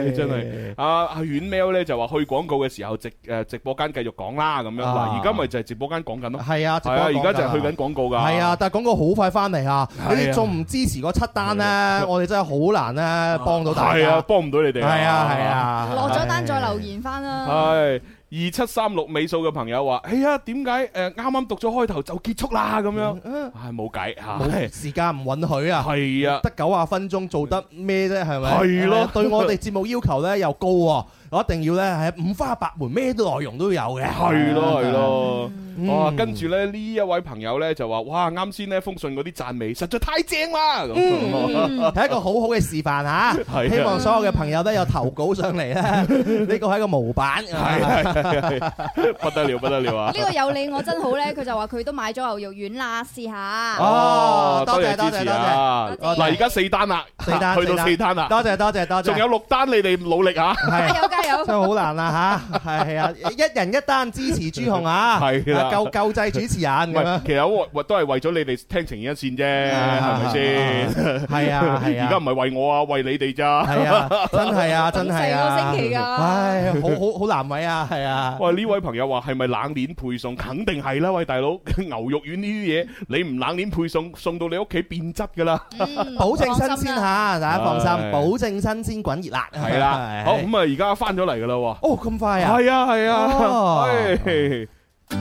唉，，真係阿阿阮 mail 咧就話去廣告嘅時候直誒直播間繼續講啦咁樣嗱，
啊
而家咪就係直播間講緊咯，
係啊，直
係
播
啊，
講
而家就
緊
係去緊廣告㗎，
係啊，但係廣告好快翻嚟啊！你哋仲唔支持嗰七單咧，我哋真係好難咧幫到大
啊係啊，
家。
幫唔到你哋，
係啊，係，啊，
落咗單再留言翻 啦。
係。二七三六尾數嘅朋友話：，哎呀，點解誒啱啱讀咗開頭就結束啦？咁樣，唉，冇計
嗯冇
嚇，
時間唔允許啊！
係啊，
得九啊分鐘做得咩啫？係咪？
係咯
誒對我哋節目要求咧又高喎，我一定要咧係五花八門，咩內容都有嘅。
係咯，係咯。哇！跟住咧呢一位朋友咧就話：哇！啱先呢封信嗰啲讚美實在太正啦！咁
係一個好好嘅示範
係啊
嚇，希望所有嘅朋友都有投稿上 嚟啦。呢個係一個模板，
係 係係不得了，不得了啊！
呢個有你我真好咧，佢就話佢都買咗牛肉丸啦，試下。
哦多謝
多支持啊！
多謝多謝
嗱，而家四單啦，
四單
去到四單啦，
多謝多謝多謝，
仲有六單，你哋努力啊！
係
加油加油！
真係好難啦吓，係啊，一人一單支持朱紅啊，
係啦
啊救救濟主持人咁
喂
樣，，
其實我我都係為咗你哋聽情意一線啫，係咪先？
係 啊係啊，
而家唔係為我啊，為你哋咋？
係啊，真係 啊真係
咁細
啊，
個星期㗎
唉，好好好難為啊，係啊，
喂，呢位朋友話係咪冷鏈配送？肯定係啦，喂大佬， 牛肉丸呢啲嘢，你唔冷鏈配送，送到你屋企變質㗎啦。
嗯
保證
放
新
心
鮮
啦
吓，大家放心，
係
保證新鮮滾熱辣，
係啦，好咁啊，而家翻咗嚟㗎啦喎。
哦咁快啊，
係啊係啊
哦，
唉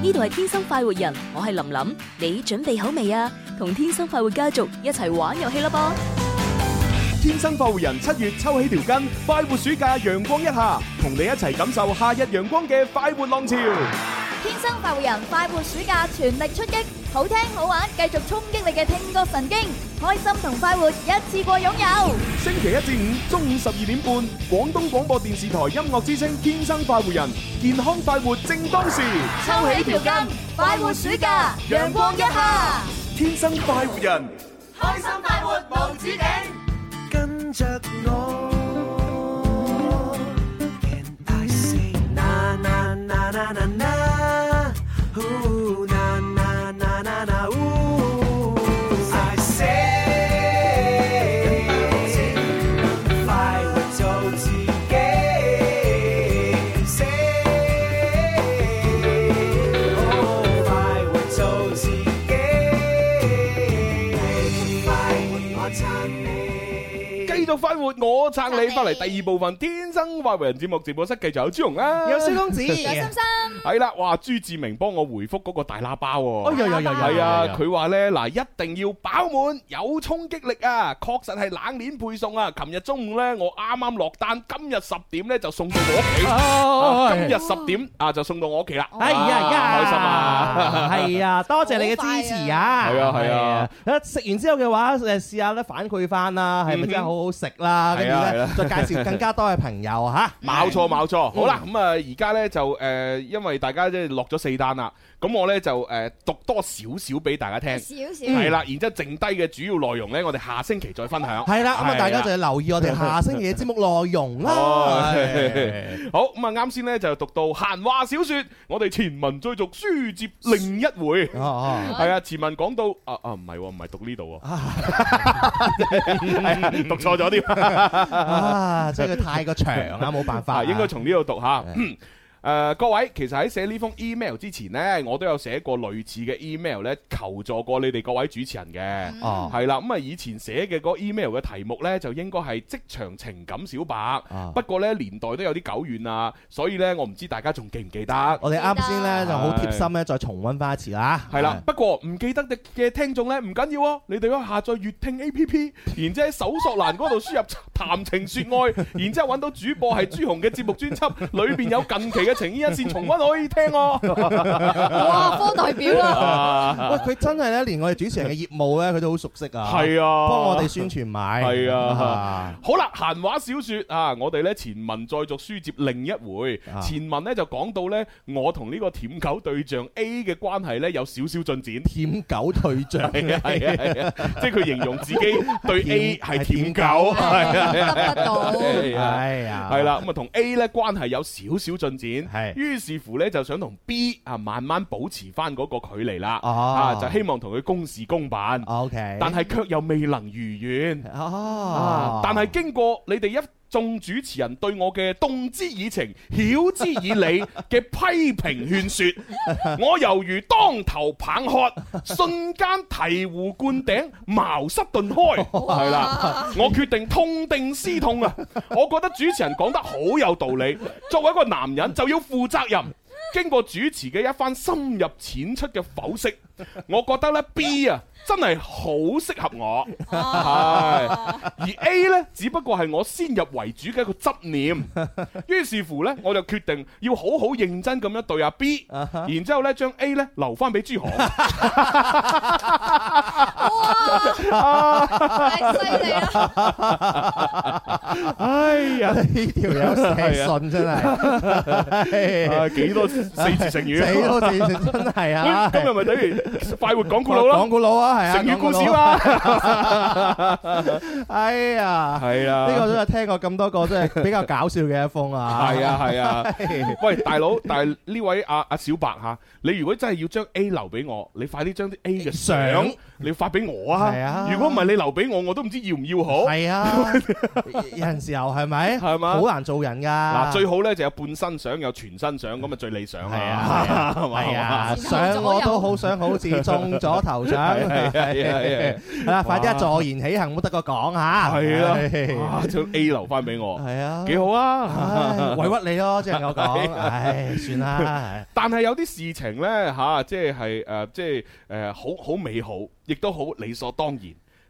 呢度系天生快活人，我系琳琳，你准备好未啊？同天生快活家族一齐玩游戏啦噃！
天生快活人七月抽起條筋，快活暑假陽光一下，同你一齊感受夏日陽光嘅快活浪潮。
天生快活人快活暑假全力出擊，好聽好玩，繼續衝擊你嘅聽覺神經，開心同快活一次過擁有。
星期一至五中午十二點半，廣東廣播電視台音樂之聲《天生快活人》，健康快活正當時，
抽起條筋，快活暑假，陽光一下。
天生快活人。
開心快活無止境。
跟着我。And I say na na na na na na, ooh na na na na na ooh. I say 快活做自己，say 快活做自己，快活我撐你。
繼續快活，我撐你翻嚟第二部分《天生快活人》節目直播室，繼續有朱容
啊
啦，
有蕭公子，
有心心，
係啦，哇！朱志明幫我回覆嗰個大喇叭喎。
哎呀呀呀呀，
係啊，
呀
佢話呢，嗱，一定要飽滿，有衝擊力啊！確實係冷鏈配送啊！琴日中午呢，我啱啱落單，今日十點呢就送到我屋企。
哦
啊今日十點啊就送到我屋企啦。
哎呀呀，
開心啊！
係 啊，多謝你嘅支持啊！
好快啊係啊
係啊，食完之後嘅話，誒試下咧反饋翻啦，係咪真係好好食啦？跟住
係
咧
啊
再 介紹更加多嘅朋友嚇。
冇錯冇錯，
嗯
好啦，咁啊而家呢就誒，因為大家即係落咗四單啦，咁我呢就誒讀多少少俾大家聽，
少少。
係啦，然之後剩低嘅主要內容呢，我哋下星期再分享。
係啦，咁啊大家
係
就要留意我哋下星期嘅節目內容啦。
哦
係
好咁啊！啱先呢就讀到閒話小說，我哋前文追續書接另一回。
哦哦，
係啊，前文講到啊啊，唔係喎，唔係讀呢度 喎，讀錯咗添。
啊，即係佢太過長啦，冇辦
啊，
法。
應該從呢度讀嚇。 誒、各位，其實喺寫呢封 email 之前呢，我都有寫過類似嘅 email 咧，求助過你哋各位主持人嘅。
哦
係啦，咁啊以前寫嘅嗰個 email 嘅題目呢，就應該係職場情感小白。
啊
不過呢，年代都有啲久遠啦，所以呢，我唔知大家仲記唔記得。
我哋啱先咧就好貼心咧，再重温翻一次啦。
係啦，不過唔記得嘅聽眾呢，唔緊要喎，你哋可以下載粵聽 A P P，然之後喺搜索欄嗰度輸入談情 說愛，然之後揾到主播係朱紅嘅節目專輯，裏邊有近期嘅情牽一線重温可以聽哦。
哇，科代表啊！
喂，佢真係咧，連我哋主持人嘅業務咧，佢都好熟悉啊。
係啊，
幫我哋宣傳埋。
係啊。好啦，閒話少說啊，我哋呢前文再續書接另一回。
啊
前文呢就講到呢，我同呢個舔狗對象 A 嘅關係呢，有少少進展。
舔狗退象，
係啊係啊係啊，即係佢形容 自己對 A 係舔狗，係啊係啊
得得到
係啊
哎呀，
係啦，咁啊同 A 咧關係有少少進展
係，
於是乎咧就想同 B 啊慢慢保持翻嗰個距離啦，
哦
啊就希望同佢公事公辦，
，OK，
但係卻又未能如願。
哦
啊，但係經過你哋一眾主持人對我嘅動之以情、曉之以理嘅批評勸 說，我猶如當頭棒喝，瞬間醍醐灌頂、茅塞頓開，係啦，我決定痛定思痛啊！我覺得主持人講得好有道理，作為一個男人就要負責任。經過主持嘅一番深入淺出嘅剖析，我覺得呢 B 啊真係好適合我，係
啊
而 A 呢，只不過係我先入為主嘅一個執 念，於是乎呢，我就決定要好好認真咁樣對下 B，然
啊
之後呢，將 A 呢留翻俾朱紅。
太犀利啦！
哎呀，
呢條友寫信真係，
啊幾多四字成語？
死咯！真真係啊，
今日咪等於快活講古佬咯
講，古佬啊，係啊，
成語故事
啊，
嘛。
哎呀，
係啊
呢個真係聽過咁多個真係比較搞笑嘅一封啊，
係啊係啊，喂大佬，但係呢位阿阿小白吓，你如果真係要將 A 留俾我，你快啲將啲 A 嘅相
相
你發俾我啊！
係啊
如果唔係你留俾我，我都唔知要唔要好。
係 啊， 有陣時候係咪？
係嘛
好難做人㗎。
嗱，最好咧就有半身相，有全身相，咁啊最理想
啊係
啦，
啊，
係嘛
係啊，
前後
想
左
我
右
都好想 好似中咗頭獎，
係係係啊係係
係啦，快啲啊坐言起行，冇得個講嚇，
係啦，哇啊將 A 留翻俾我，
係啊，
幾好
唉
啊！
委屈你咯，只能夠 講，唉，算啦，
但係有啲事情呢，吓、即係誒、呃即係誒、呃好好美好，亦都好理所當然。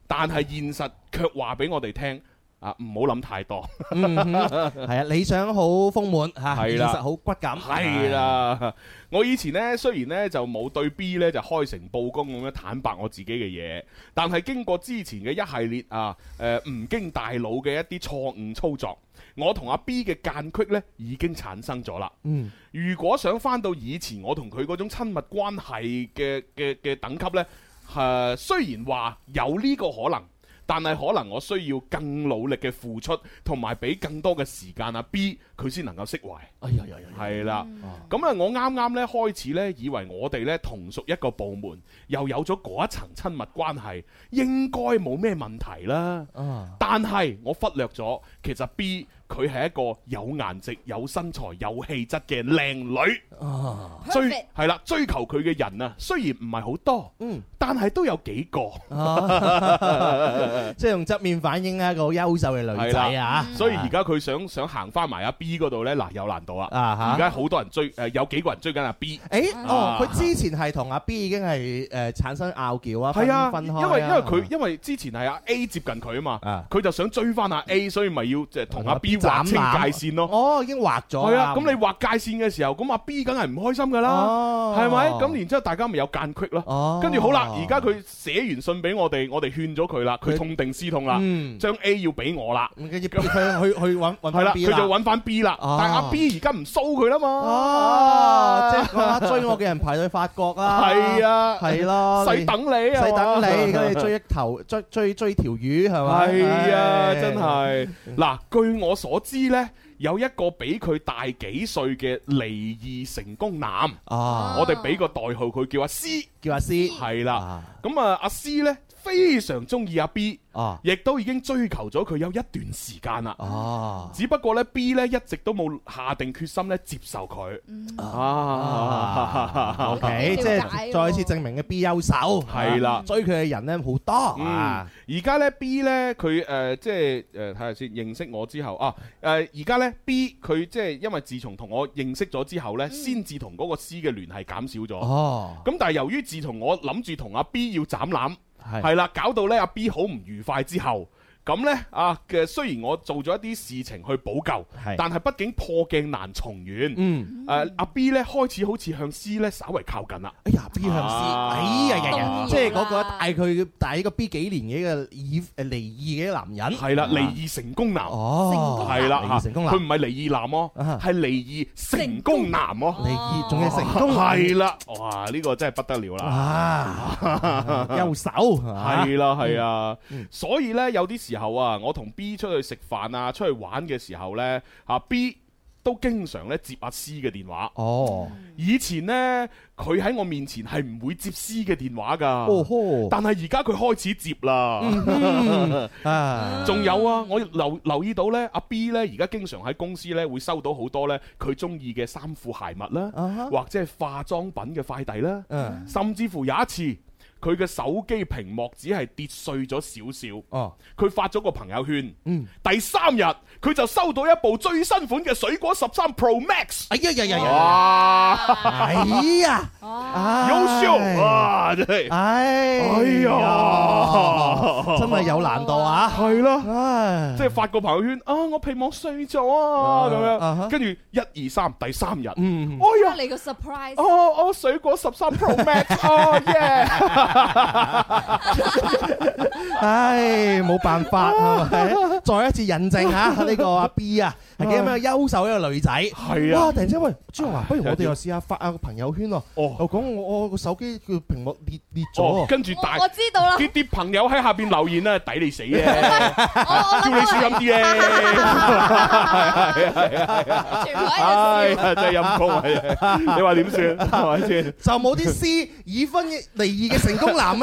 但係現實卻話俾我哋聽啊，唔好諗太多，
嗯哼係啊，理想好豐滿嚇，
係
現
啦
實好 骨感，
係啦。我以前呢，雖然呢就冇對 B 呢就開誠佈公咁樣坦白我自己嘅嘢，但係經過之前嘅一系列啊誒唔經大腦嘅一啲錯誤操作，我同阿 B 嘅間隙呢已經產生咗啦。
嗯，
如果想翻到以前我同佢嗰種親密關係嘅嘅嘅等級呢，誒、雖然話有呢個可能，但係可能我需要更努力嘅付出，同埋俾更多嘅時間啊 B 佢先能夠釋懷。
哎呀呀呀，
係啦，咁啊，我啱啱呢開始呢，以為我哋呢同屬一個部門，又有咗嗰一層親密關係，應該冇咩問題啦。
啊，
但係我忽略咗，其實 B 佢係一個有顏值、有身材、有氣質嘅靚女。追啊
Perfect
係啦，追求佢嘅人啊，雖然唔係好多，
嗯，
但係都有幾個，
啊即係用側面反映一個好優秀嘅女仔啊，
所以而家佢想想行翻埋阿 B 嗰度呢，嗱有難度啊！
啊嚇
而。家好多人追，誒有幾個人追緊阿 B，
誒，哦
啊，
佢之前係同阿 B 已經係誒產生拗撬啊，
係啊，
分分開
因為因為佢因為之前係阿 A 接近佢啊嘛
啊，
佢就想追翻阿 A，所以咪要即係同阿 B
同阿
劃
B
清
斬
界
纜
線咯。
哦已經劃咗
係啊，
啦，
咁你劃界線嘅時候，咁阿 B 梗係唔開心噶啦，
哦
係咪？咁然之後大家咪有間隙咯。
哦，
跟住好啦，而家佢寫完信俾我哋，我哋勸咗佢啦，佢
佢
痛定思痛啦，
嗯，
將 A 要俾我啦。
咁跟住佢去去揾揾
系啦，
翻 B
佢就揾翻 B 啦，
哦
但係阿 B 而家唔騷佢啦嘛。
哦，即係話追我嘅人排隊法國啦，
係，啊，
係咯，
使等你啊，
使等 你，跟住追一頭追追追條魚係咪？
係啊，
唉
真係嗱。據我所知呢，有一個比佢大幾歲嘅離異成功男，
啊，
我哋俾個代號佢叫阿 C，
叫阿 C
係啦。
啊
咁啊，阿 C 呢，非常中意阿 B，
啊
亦都已經追求咗佢有一段時間啦。
啊
只不過呢 B 呢，一直都冇下定決心咧接受佢
嗯
啊。
O K，即係再次證明嘅 B 優秀，啊
係啦
追佢嘅人咧好多
嗯
啊，，
而家咧 B 咧佢誒即係呃誒睇下先，認識我之後啊誒而家咧 B 佢即係因為自從同我認識咗之後咧，先至同嗰個 C 嘅聯繫減少咗。
嗯哦，
咁但係由於自從我諗住同阿 B 要斬攬，
係
係啦，搞到咧阿 B 好唔愉快之後，咁咧啊嘅雖然我做咗一啲事情去補救，
係
但係畢竟破鏡難重圓。
嗯，
誒阿 B 咧開始好似向 C 咧稍為靠近啦。
哎呀 B 向 C，
啊
哎呀呀
動搖
呀，即係嗰個大佢大呢個 B 幾年嘅嘅已誒離異嘅男人，啊
係啦，離異成功男。
哦，
係啦，
離異成功
佢
男
唔，係離異男哦，
啊
係離異成功男哦，
離異仲要成功，
係啦，哇，呢個真係不得了啦，
啊，優秀，係嗯
係啦，係啊，所以呢，有啲時候啊，我同 B 出去食飯啊，出去玩嘅時候呢，啊 B 都經常咧接阿 C 嘅電話，
哦，
以前呢，佢喺我面前係唔會接 C 嘅電話
哦
㗎，
呵，嗯
但係而家佢開始接啦。
啊，
仲有啊，我留留意到呢，阿 B 呢而家經常喺公司呢會收到好多呢佢中意嘅衫褲鞋襪啦，
啊哈
或者係化妝品嘅快遞啦，
嗯，
甚至乎有一次佢嘅手機屏幕只係跌碎咗少少，
哦，
佢發咗個朋友圈。
嗯，
第三日佢就收到一部最新款嘅水果十三 Pro Max。
哎呀呀呀呀，
哇！
哎 呀，
優
優
秀，啊，真係
哎，
哎呀
真係有難度啊，
係啦。
唉，
即係發個朋友圈啊！我皮膜碎咗啊，咁
啊哈
樣，跟住一二三，第三日，哎
嗯，
呀，
嚟個 surprise，
哦哦，水果十三 Pro Max，哦耶！
唉，冇辦法係咪？再一次印證 嚇呢個阿 B 啊， 係幾咁樣優秀一個女仔。
係啊
哇！突然之間，喂，朱紅啊，不如我哋又試下發下個朋友圈咯。
哦
又講我我個手機個屏幕裂裂咗，。
哦跟住大
我我知道啦，
啲啲朋友喺下邊留言啊，抵你死啊！
我我
叫你小
諗
心啲咧，啊
到全部
唉呀，
喺度笑，
真係陰公啊！你話點算？係咪先？
就冇啲 C 已婚離異嘅成功男嘅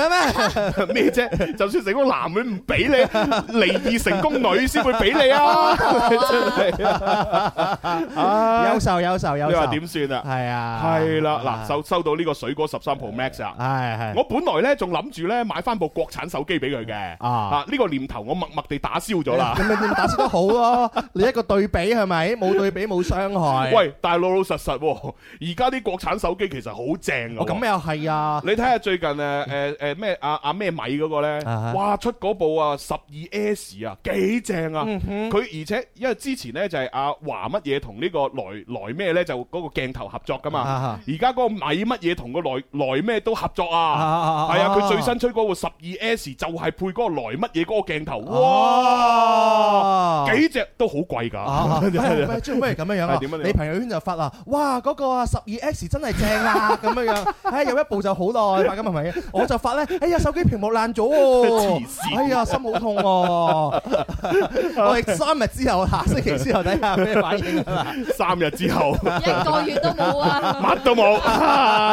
咩？
咩啫？就算成功男佢唔俾你， 離異成功女先會俾 你啊！ 真
哦
係啊！
優秀優秀優秀。
你話點算啊？
係啊，
係啦，嗱收收到呢個水果十三 Pro Max 啊！
係係。
我本來咧仲諗住咧買翻部國產手機俾佢嘅，
啊
啊呢個念頭我默默地打消咗啦。
咁咪點打先得好咯？你一個對比係咪？冇對比冇傷害。，
喂，但係老老實實喎，而家啲國產手機其實好正㗎
哦
喎
我咁又係啊。
你睇下最近誒誒誒咩阿阿咩米嗰個咧
啊哈，
哇出嗰部啊十二 S 啊幾正啊！
嗯
佢而且因為之前咧就係阿華乜嘢同呢個來來咩咧就嗰個鏡頭合作噶
啊
嘛
哈，
而家嗰個米乜嘢同個來來咩都合作
啊啊啊
啊！
啊
係啊，佢最新出嗰部十二 S 就係配嗰個來乜嘢嗰個鏡頭，哇！
哦
幾隻都好貴
啊，喂喂
㗎，
喂朱不如咁樣樣
係點啊
啊
點啊！
你朋友圈就發啦，哇嗰個啊十二 X 真係正啊咁 樣樣，唉有一部就好耐發咁係咪？我就發咧，哎呀手機屏幕爛咗
黐
喎
線，
哎呀心好痛 喎！ 我哋三日之後，下星期之後睇下咩反應啊嘛！
三日之後
一個月都冇啊，
乜 都冇，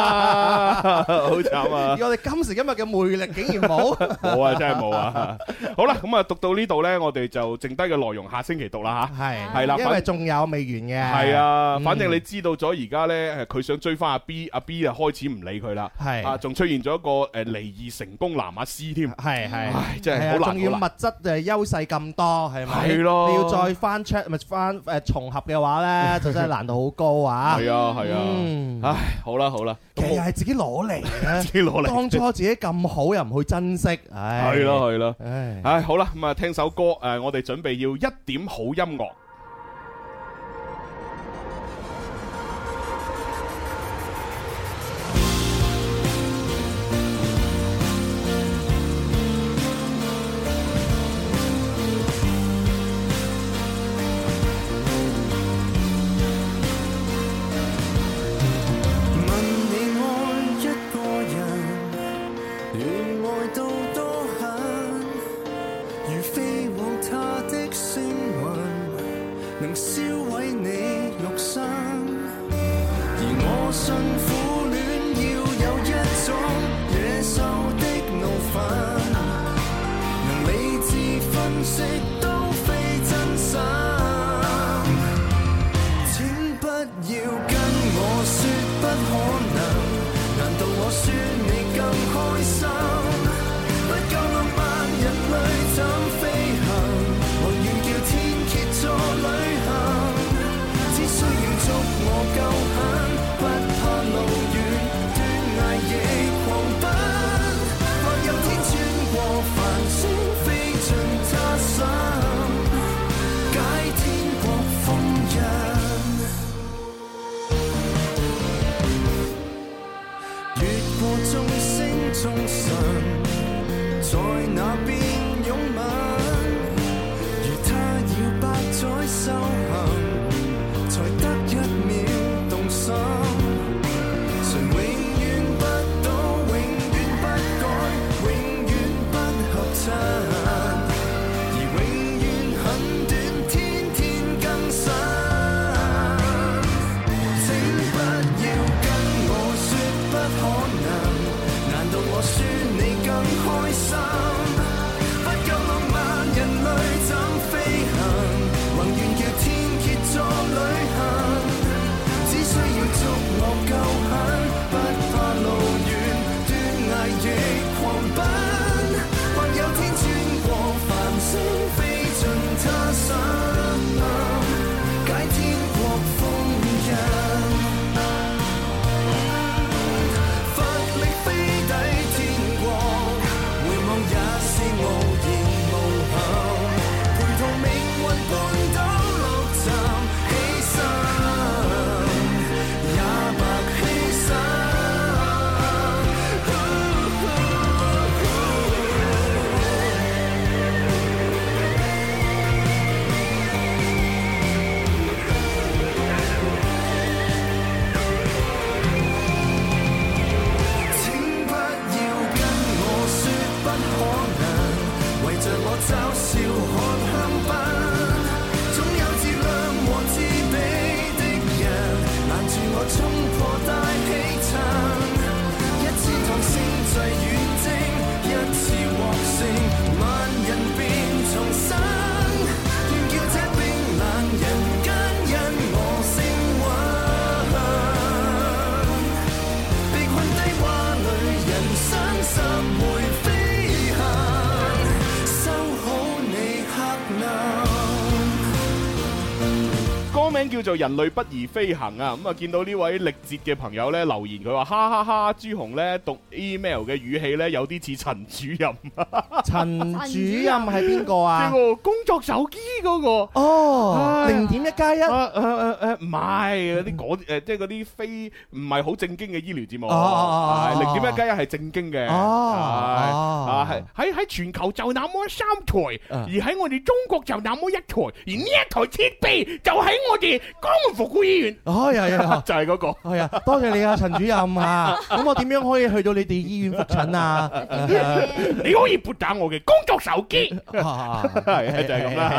啊好慘啊！
而我哋今時今日嘅魅力竟然冇，
冇啊，真係冇啊！好啦，咁啊，讀到呢度呢，我哋就剩低嘅內容下星期讀啦
係
係啦
因為
反
仲有未完嘅，
吓。係啊，
嗯
反正你知道咗而家呢，誒佢想追翻阿 B，阿 B 啊開始唔理佢啦，
係
啊，仲出現咗一個誒離異成功男阿 C 添，
係係。
唉，真係
係
好
啊，
難
仲要
好
物
難。
質嘅優勢咁多，係咪？
係咯
你要再翻 check 咪翻誒重合嘅 話咧，就真係難度好高啊！
係啊係
嗯
啊，唉，好啦好啦，
其
咁
實
我
係自己攞嚟嘅，
自己攞嚟
當初自己咁好又唔去珍惜，唉，
係咯係咯，
唉，
唉，好啦，咁啊聽首歌，誒，我哋準備要一點好音樂。
問你愛一個人，原來到多狠。如飛往他的星雲，能燒毀你肉身。而我信苦戀要有一種野獸的怒憤，能理智分析都非真心。請不要跟我說不可能，難道我說你更開心？不夠浪漫，人類怎飛行？還願叫天蠍座旅行，只需要捉我夠狠，不怕路遠，斷崖亦狂奔。或有天穿過繁星，飛進他心，解天國封印。越過眾星眾神，在那邊擁吻，如他要百載修行，才得一秒動心。誰永遠不倒，永遠不改，永遠不合襯，而永遠很短，天天更新。請不要跟我說不可能，難道我輸你更開心？不夠浪漫，人類怎飛行？宏願叫天像我嘲笑看香檳，總有自量和自卑的人，攔住我衝破大氣層。一千趟星際遠征，一次獲勝，萬人變重生。願叫這冰冷人間因我升溫。被困低洼裏，人生十回飛行，收好你黑暗。
歌名叫做《人類不宜飛行》啊！咁啊，見到呢位力捷嘅朋友咧留言，佢話：哈哈哈！朱紅咧讀 email 嘅語氣咧有啲似陳主任， 即
陳主任係邊個 啊？
係個工作手機嗰個。
哦，
唉
零點一加一。
啊誒誒誒，唔係嗰啲嗰誒，即係嗰啲非唔係好正經嘅醫療節目，
哦哦哦
係零點一加一係正經嘅，係
哦哦
啊係喺喺全球就那麼三台，
啊
而喺我哋中國就那麼一台，而呢一台設備就喺我哋江門服務醫院，
哦，又又。
就係嗰個。
係啊，多謝你啊，陳主任 啊！咁我點樣可以去到你哋醫院復診 啊？
你可以撥打我嘅工作手機。係啊就係咁啦，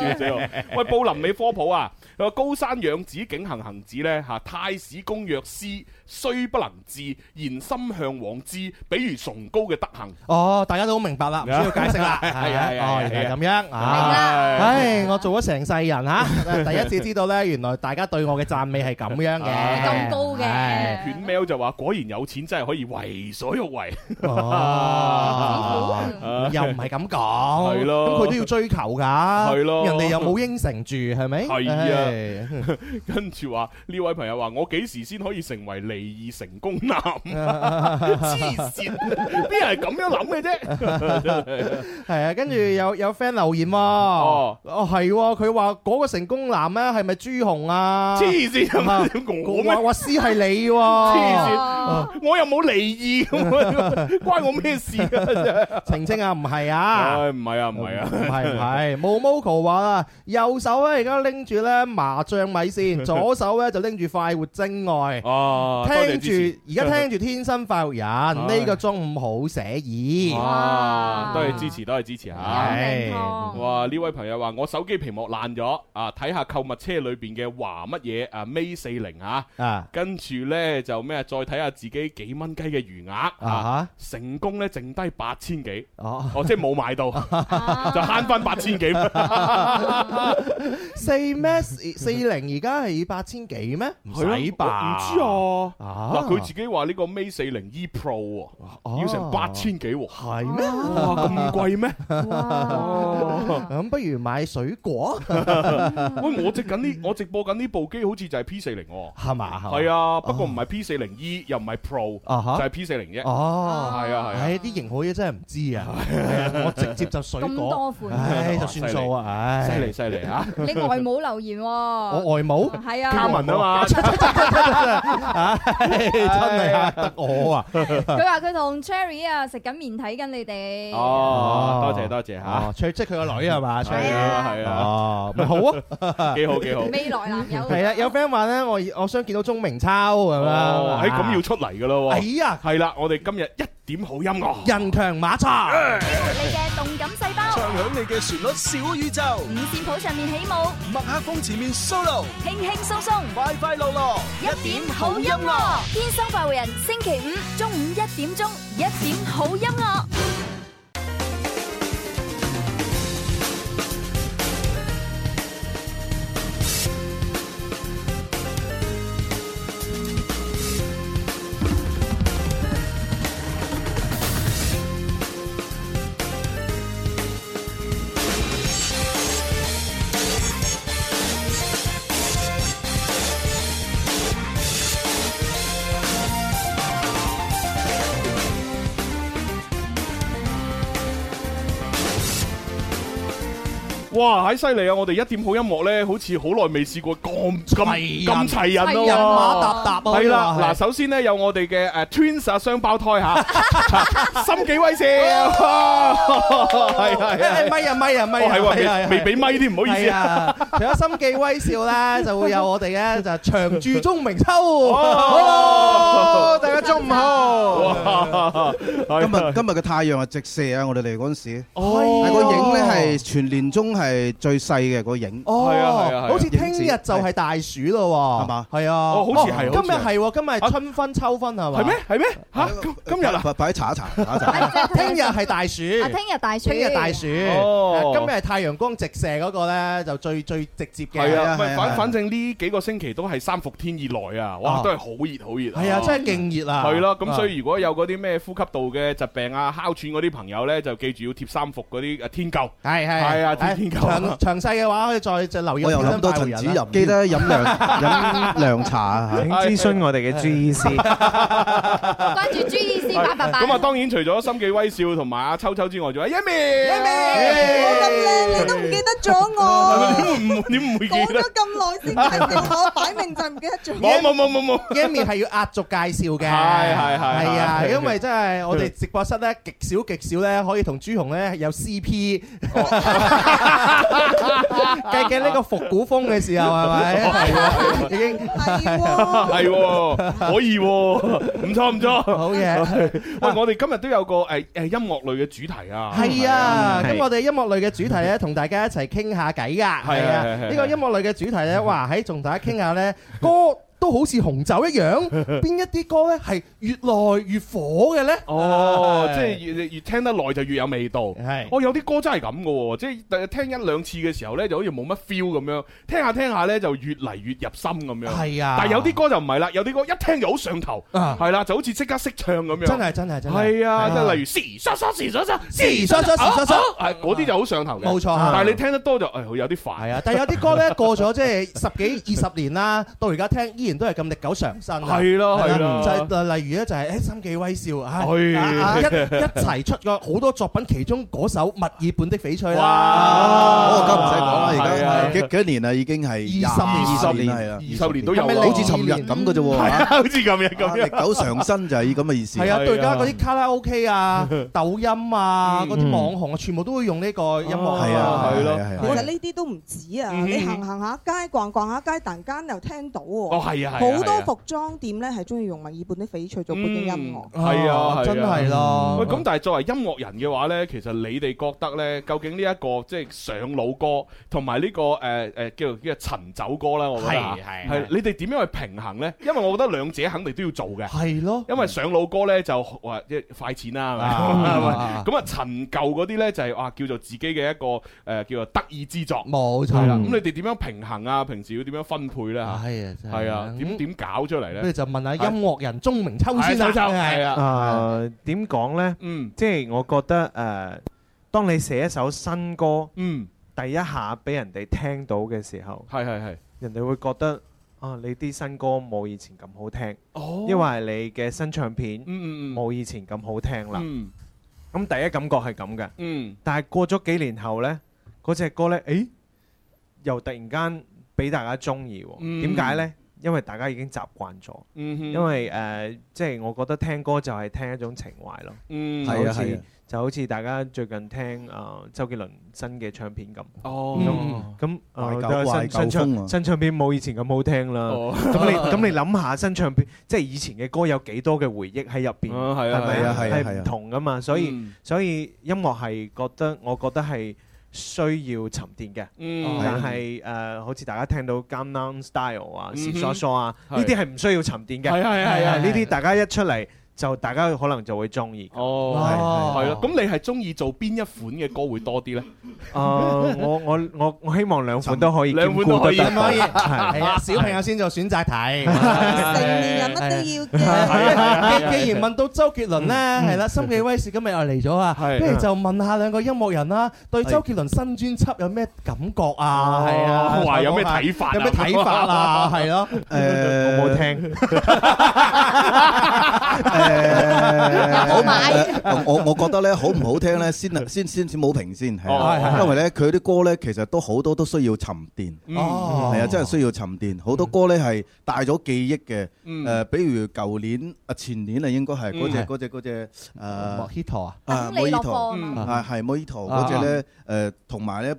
笑死我！
啊
喂，布林美科普啊，佢話高山仰止景行行止咧嚇，太史公若師，雖不能至，然心向往之，比如崇高嘅德行。
哦，大家都好明白 啦，唔需要解釋啦。
係啊係啊係啊
哦，原來咁樣
明
啊！
啦
唉，我做咗成世人嚇， 第一次知道咧，原來大家對我嘅讚美係咁樣嘅，
咁高嘅
係
犬喵就話：果然有錢真係可以為所欲為。啊
哦，又唔係咁講，
係咯
咁佢都要追求㗎，係
咯
人哋又冇應承住，係咪？
係啊
唉
跟住話呢位朋友話：我幾時先可以成為離異成功 男？黐線，邊人係咁樣諗嘅啫？
係啊，跟住
嗯
有有 friend 留言喎，哦係喎，佢話嗰個成功男咧係咪朱紅啊？
黐線啊！我咩
我？話師係你喎，
黐線！
哦
我又冇離異咁啊，關我咩事啊？真係
澄清啊，唔係啊。
唉，唔係啊，唔係
唔
啊。
係唔係，毛毛球話啦，右手咧而家拎住咧麻醬米 線，左手咧就拎住快活精愛，
哦，多謝
聽
支持
住而家聽住天生快活人呢個中午好寫意，
哇，多謝支持，多謝支持吓。
係
哇！呢位朋友話：我手機屏幕爛咗啊，睇下購物車裏邊嘅華乜嘢啊，Mate 四零啊，
啊
跟住呢，就咩啊，再睇下自己幾蚊雞嘅餘額啊，
啊
成功呢，剩低八千幾，
嚇哦，
哦，即係冇買 到，就慳翻八千幾。
四咩四零而家係八千幾咩？唔使 吧？
唔知
啊，
啊。
哦
嗱，佢自己話呢個 Mate 四零 E Pro 喎要成八千幾喎，
係咩？
哇咁 貴 咩？
咁不如買水果
喂，我直緊呢，我直播緊呢部機好似就係 P 四零喎，
係嘛？哦
係啊，不過唔係 P 四零 E，又唔係 Pro，
啊
就
哈
係 P 四零啫，係
哦。
啊係啊。
唉，啲型號嘢真係唔知啊！係啊我直接就水
咁多
果，
款
唉，就算數啊！唉，
犀利犀利啊！
你外母留言喎，
我外母
係啊，
嘉文啊嘛，
唉真係嚇得我啊！
佢話佢同 Cherry 啊食緊面睇緊你哋，
哦，多謝多謝
哦
嚇，，
翠即係佢個女係嘛？
係
翠
啊係啊，
哦，咪好啊！
幾好幾好。
未 來男友
係啊，有 friend 話咧，我我想見到鐘明秋咁樣，
哦，哎咁要出嚟噶咯
哎
喎，
呀，
係啦，我哋今日一點好音樂，
人強馬差，
你嘅動感細胞，
唱響你嘅旋律小宇宙，
五線譜上面起舞，
麥克風前面 solo，
輕輕鬆鬆，
快快樂樂，
一點好音樂，天生快活人，星期五中午一點鐘，一點好音樂。
Hãy subscribe cho kênh Ghiền Mì Gõ Để không bỏ lỡ
哇，喺犀利啊！我哋一點好音樂咧，好似好耐未試過咁咁
齊人
咁齊人
人馬
咯
搭搭啊！
喎。
可
係
以
啦，
話係
嗱，首先咧有我哋嘅誒 Twins 啊雙胞 胎嚇，心幾威笑，啊係
誒
係係
誒，咪啊咪啊咪
哦
啊，
係
係啊係
喎，
啊
未未俾咪添，唔好意思
係
啊。
啊，除咗心記威少咧，就會有我哋咧就長住鐘明秋。
哦
Hello，大家中午好。
哇，
今
今
日今日嘅太陽啊直射啊！我哋嚟嗰陣時，
哦
係
係個影咧係全年中係最細嘅個影。
哦，
係啊係啊係啊
好似聽日就係大暑咯喎，
係嘛
係啊，
哦好似係
哦今
好似係
日係喎，今日係春分秋分係嘛？
係咩？係咩嚇？今今日啊？
快快啲查一查，查一查。
啊聽日係大暑，
啊，聽日大暑，
聽日大暑，啊
哦
今日係太陽光直射嗰個咧就最最直接嘅。
係啊，
啊
唔係
係啊係
反
啊
反正呢幾個星期都係三伏天以內啊，哇，
啊
都係好熱好熱。
係啊，真係勁熱啊！
係啦，咁所
啊
以如果有嗰啲咩呼吸道嘅疾病啊、哮喘嗰啲朋友咧，就記住要貼三伏嗰啲誒呃 天灸。
係係
係啊
係
天天狗
詳詳細嘅話可以再就留意
我又諗到
天生快活
陳
人
子
啦
吟，記得飲涼 飲涼茶啊！
諮詢
我哋嘅 E GEC，
關注 G E C 八八八。
咁啊，當然除咗心記威少同埋阿秋秋之外，仲有 Yami。 예.
我咁靚，你都唔記得咗我？
點會唔 點
예.
會
講
記得
咗？咁耐先介紹我，擺明就唔記得 咗。
冇冇冇冇冇。
Yami 係要壓軸介紹嘅，
係係係係
係啊，因為真係我哋直播室咧極少極少咧可以同朱紅咧有 CP，計計呢個復古風嘅時候係咪？已經
係喎，
係喎，啊可以喎，唔錯唔錯。
好嘢。
喂，我哋今日都有個誒誒音樂類嘅主題啊。
係啊，
係
咁我哋音樂類嘅主題咧，同大家一齊傾下偈噶。係
係
啊
係係，
呢個音樂類嘅主題咧，哇，喺同大家傾下咧，歌 都好似紅酒一樣，邊一啲歌咧係越來越火嘅咧？
哦，即係
係
越越聽得耐就越有味道。
係
哦，有啲歌真係咁噶喎，即係聽一兩次嘅時候呢，就好似冇乜 feel 咁樣，聽下聽下呢，就越嚟越入心咁樣。
係啊
但係有啲歌就唔係啦，有啲歌一聽就好上頭，
啊
係啦，就好似即刻識唱咁樣。
真係真係真係
係啊，即係例如時沙沙時沙沙
時沙
啊
沙時沙沙
係嗰啲就好上頭嘅。
冇錯啊
但係你聽得多就誒有
係
啲煩。
啊，但係有啲歌 咧過咗即係十幾二十年啦，到而家聽依然都係咁歷久常新啊。
係咯係
係
咯
啦，就係例如咧就係誒心記威少啊，
係
啊啊一一齊出過好多作品，其中嗰首《墨爾本的翡翠》
哇
啦。
哦，咁唔使講啦，而
係啊
家幾幾多年啦，已經係廿
二
十年
係啊，
二十年都有
係咪
啊，
零
好似尋日咁嘅啫喎。
係啊
啊
好似咁樣咁樣。
歷久常新就係咁嘅意思。
係啊，
係啊
對而家嗰啲卡拉 OK 啊、抖音啊、嗰啲
嗯
網紅啊，全部都會用呢個音樂。
係啊，
係咯
係
其
啊
實呢啲都唔止啊！
嗯
你行行下街、逛逛下街，突然間又聽到
哦，
喎，
係啊，係啊
好多服裝店咧係中意用墨爾本啲翡翠做背景音樂。
嗯係啊係啊
真係咯。
喂，咁但係作為音樂人嘅話呢，其實你哋覺得呢，究竟呢、一個即係上老歌同埋呢個誒誒、呃叫做叫做陳酒歌啦，我覺得
係
嚇
係
係
係
你哋點樣去平衡呢？因為我覺得兩者肯定都要做嘅，
係咯，
因為上老歌呢就話即係快錢啦，係咪係咪？
啊
咁啊陳舊嗰啲呢，就係、哇叫做自己嘅一個誒、呃叫做得意之作，
冇
係
錯
啦。
啦
咁。你哋點樣平衡啊？平時要點樣分配呢？
係啊，
嚇
真
係啊，點點搞出嚟
不如
呢？
就問下音樂人鐘明秋
係
先啦。
秋秋係啊
誒點講咧？
嗯
即係我覺得誒，當你寫一首新歌，
嗯，
第一下俾人哋聽到嘅時候，
係係係。
人哋會覺得啊，你啲新歌冇以前咁好聽，
哦
因為你嘅新唱片
嗯嗯嗯
冇以前咁好聽啦。
嗯
咁第一感覺係咁嘅，
嗯。
但係過咗幾年後呢，嗰只歌呢，誒又突然間俾大家中意
嗯
喎。點解呢？因為大家已經習慣咗，
嗯哼，
因為誒、呃即係我覺得聽歌就係聽一種情懷咯，
嗯
係啊
就好
係啊
似就好似大家最近聽啊、呃周杰倫新嘅唱片咁，
Ừ.
哦，
咁
懷
ờ,
舊
誒都係
懷舊風啊
新新唱新唱片冇以前咁好聽啦。
哦，
咁 你咁你諗下新唱片，即係以前嘅歌有幾多嘅回憶喺入邊，
係啊
係啊
係咪啊？
係啊係啊
係唔同噶嘛，所以。所以音樂係覺得，我覺得係需要沉澱嘅。
嗯，
但係誒、呃好似大家聽到《Gangnam Style》啊、
嗯哼
《時疏疏》啊，
係
呢啲係唔需要沉澱
係
嘅。
係係
啊
啊，
呢啲大家一出嚟就大家可能就會中意。誒、
哦。係咯，咁你係中意做邊一款嘅歌會多啲咧？
我我我我希望兩款都可以兼
兩款都
顧
可以
得到。
可以
係
係啊，小朋友先做選擇題。
成年人乜都要
係
嘅。
啊既既然問到周杰倫咧，係
Ừ.
啦，心記威士今日又嚟咗啊，
係
不如就問下兩個音樂人啦，對周杰倫新專輯有咩感覺啊？係啊，
話有咩睇法啊？
有咩
Ờ,
睇法啊？係咯，
誒
我冇聽。
誒好
買
我我覺得咧好唔好聽咧，先先先先冇評先，係
哦係
啊
係
因為咧佢啲歌咧其實都好多都需要沉澱，
嗯哦
係啊，真係需要沉澱。好多歌咧係帶咗記憶嘅，
嗯
誒，比如舊年啊前年啊應該係嗰
嗯
只
係
嗰只嗰只誒
莫希陀啊
啊
等
莫
你
希
落
陀
課啊嘛
啊係莫希陀嗰只咧誒，同埋咧。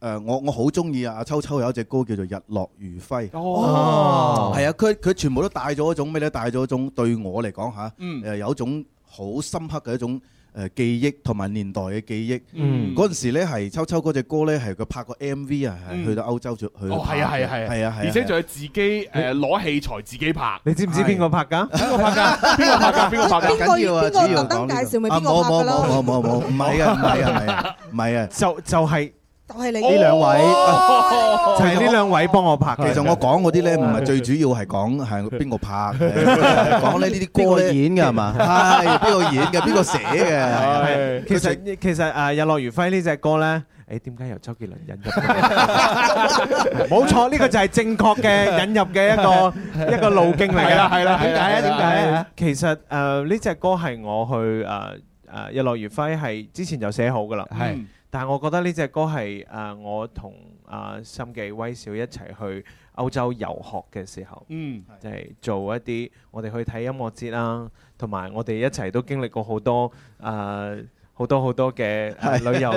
誒，我我好中意啊！阿秋秋有一隻歌叫做《日落如輝》，
哦
係啊，佢佢全部都帶咗一種咩咧？帶咗一種對我嚟講嚇，
嗯
誒有一種好深刻嘅一種誒記憶同埋年代嘅記憶。
嗯
嗰陣時咧係秋秋嗰隻歌咧係佢拍個 MV 啊，係
嗯
去到歐洲去去到
哦，係啊，係啊，係啊，
係啊，係啊
而且仲係自己誒攞器材自己拍。
你知唔知邊個拍㗎？邊個拍㗎？
邊個拍㗎？邊個拍㗎？
緊要啊，主要
特登
講呢個
介紹咪
啊
邊個
冇
拍㗎
冇冇
咯
冇冇冇，唔係啊，唔係啊，唔係啊。唔係啊，
就就係
就係你
呢兩位，就係呢兩位幫我拍
其
嘅。
實我講嗰啲咧，唔係最主要係講係邊個拍嘅， 講呢呢啲歌咧演嘅係嘛係邊個演嘅，邊個寫嘅，
其實其實誒《日落如輝》呢只歌咧，誒點解由周杰倫引入？ 冇錯，呢個就係正確嘅引入嘅 一個一個路徑嚟嘅。
係啦係啦係啦係啦
點解啊？點解
係
啊
啦？
其實誒呢只歌係我去呃誒誒《日落如輝》係之前就寫好噶啦，
係。嗯
但係我覺得呢只歌係誒我同阿心記威少一齊去歐洲遊學嘅時候，
嗯，
就係做一啲我哋去睇音樂節啦，同埋我哋一齊都經歷過好多誒好多好多嘅呃
係
旅遊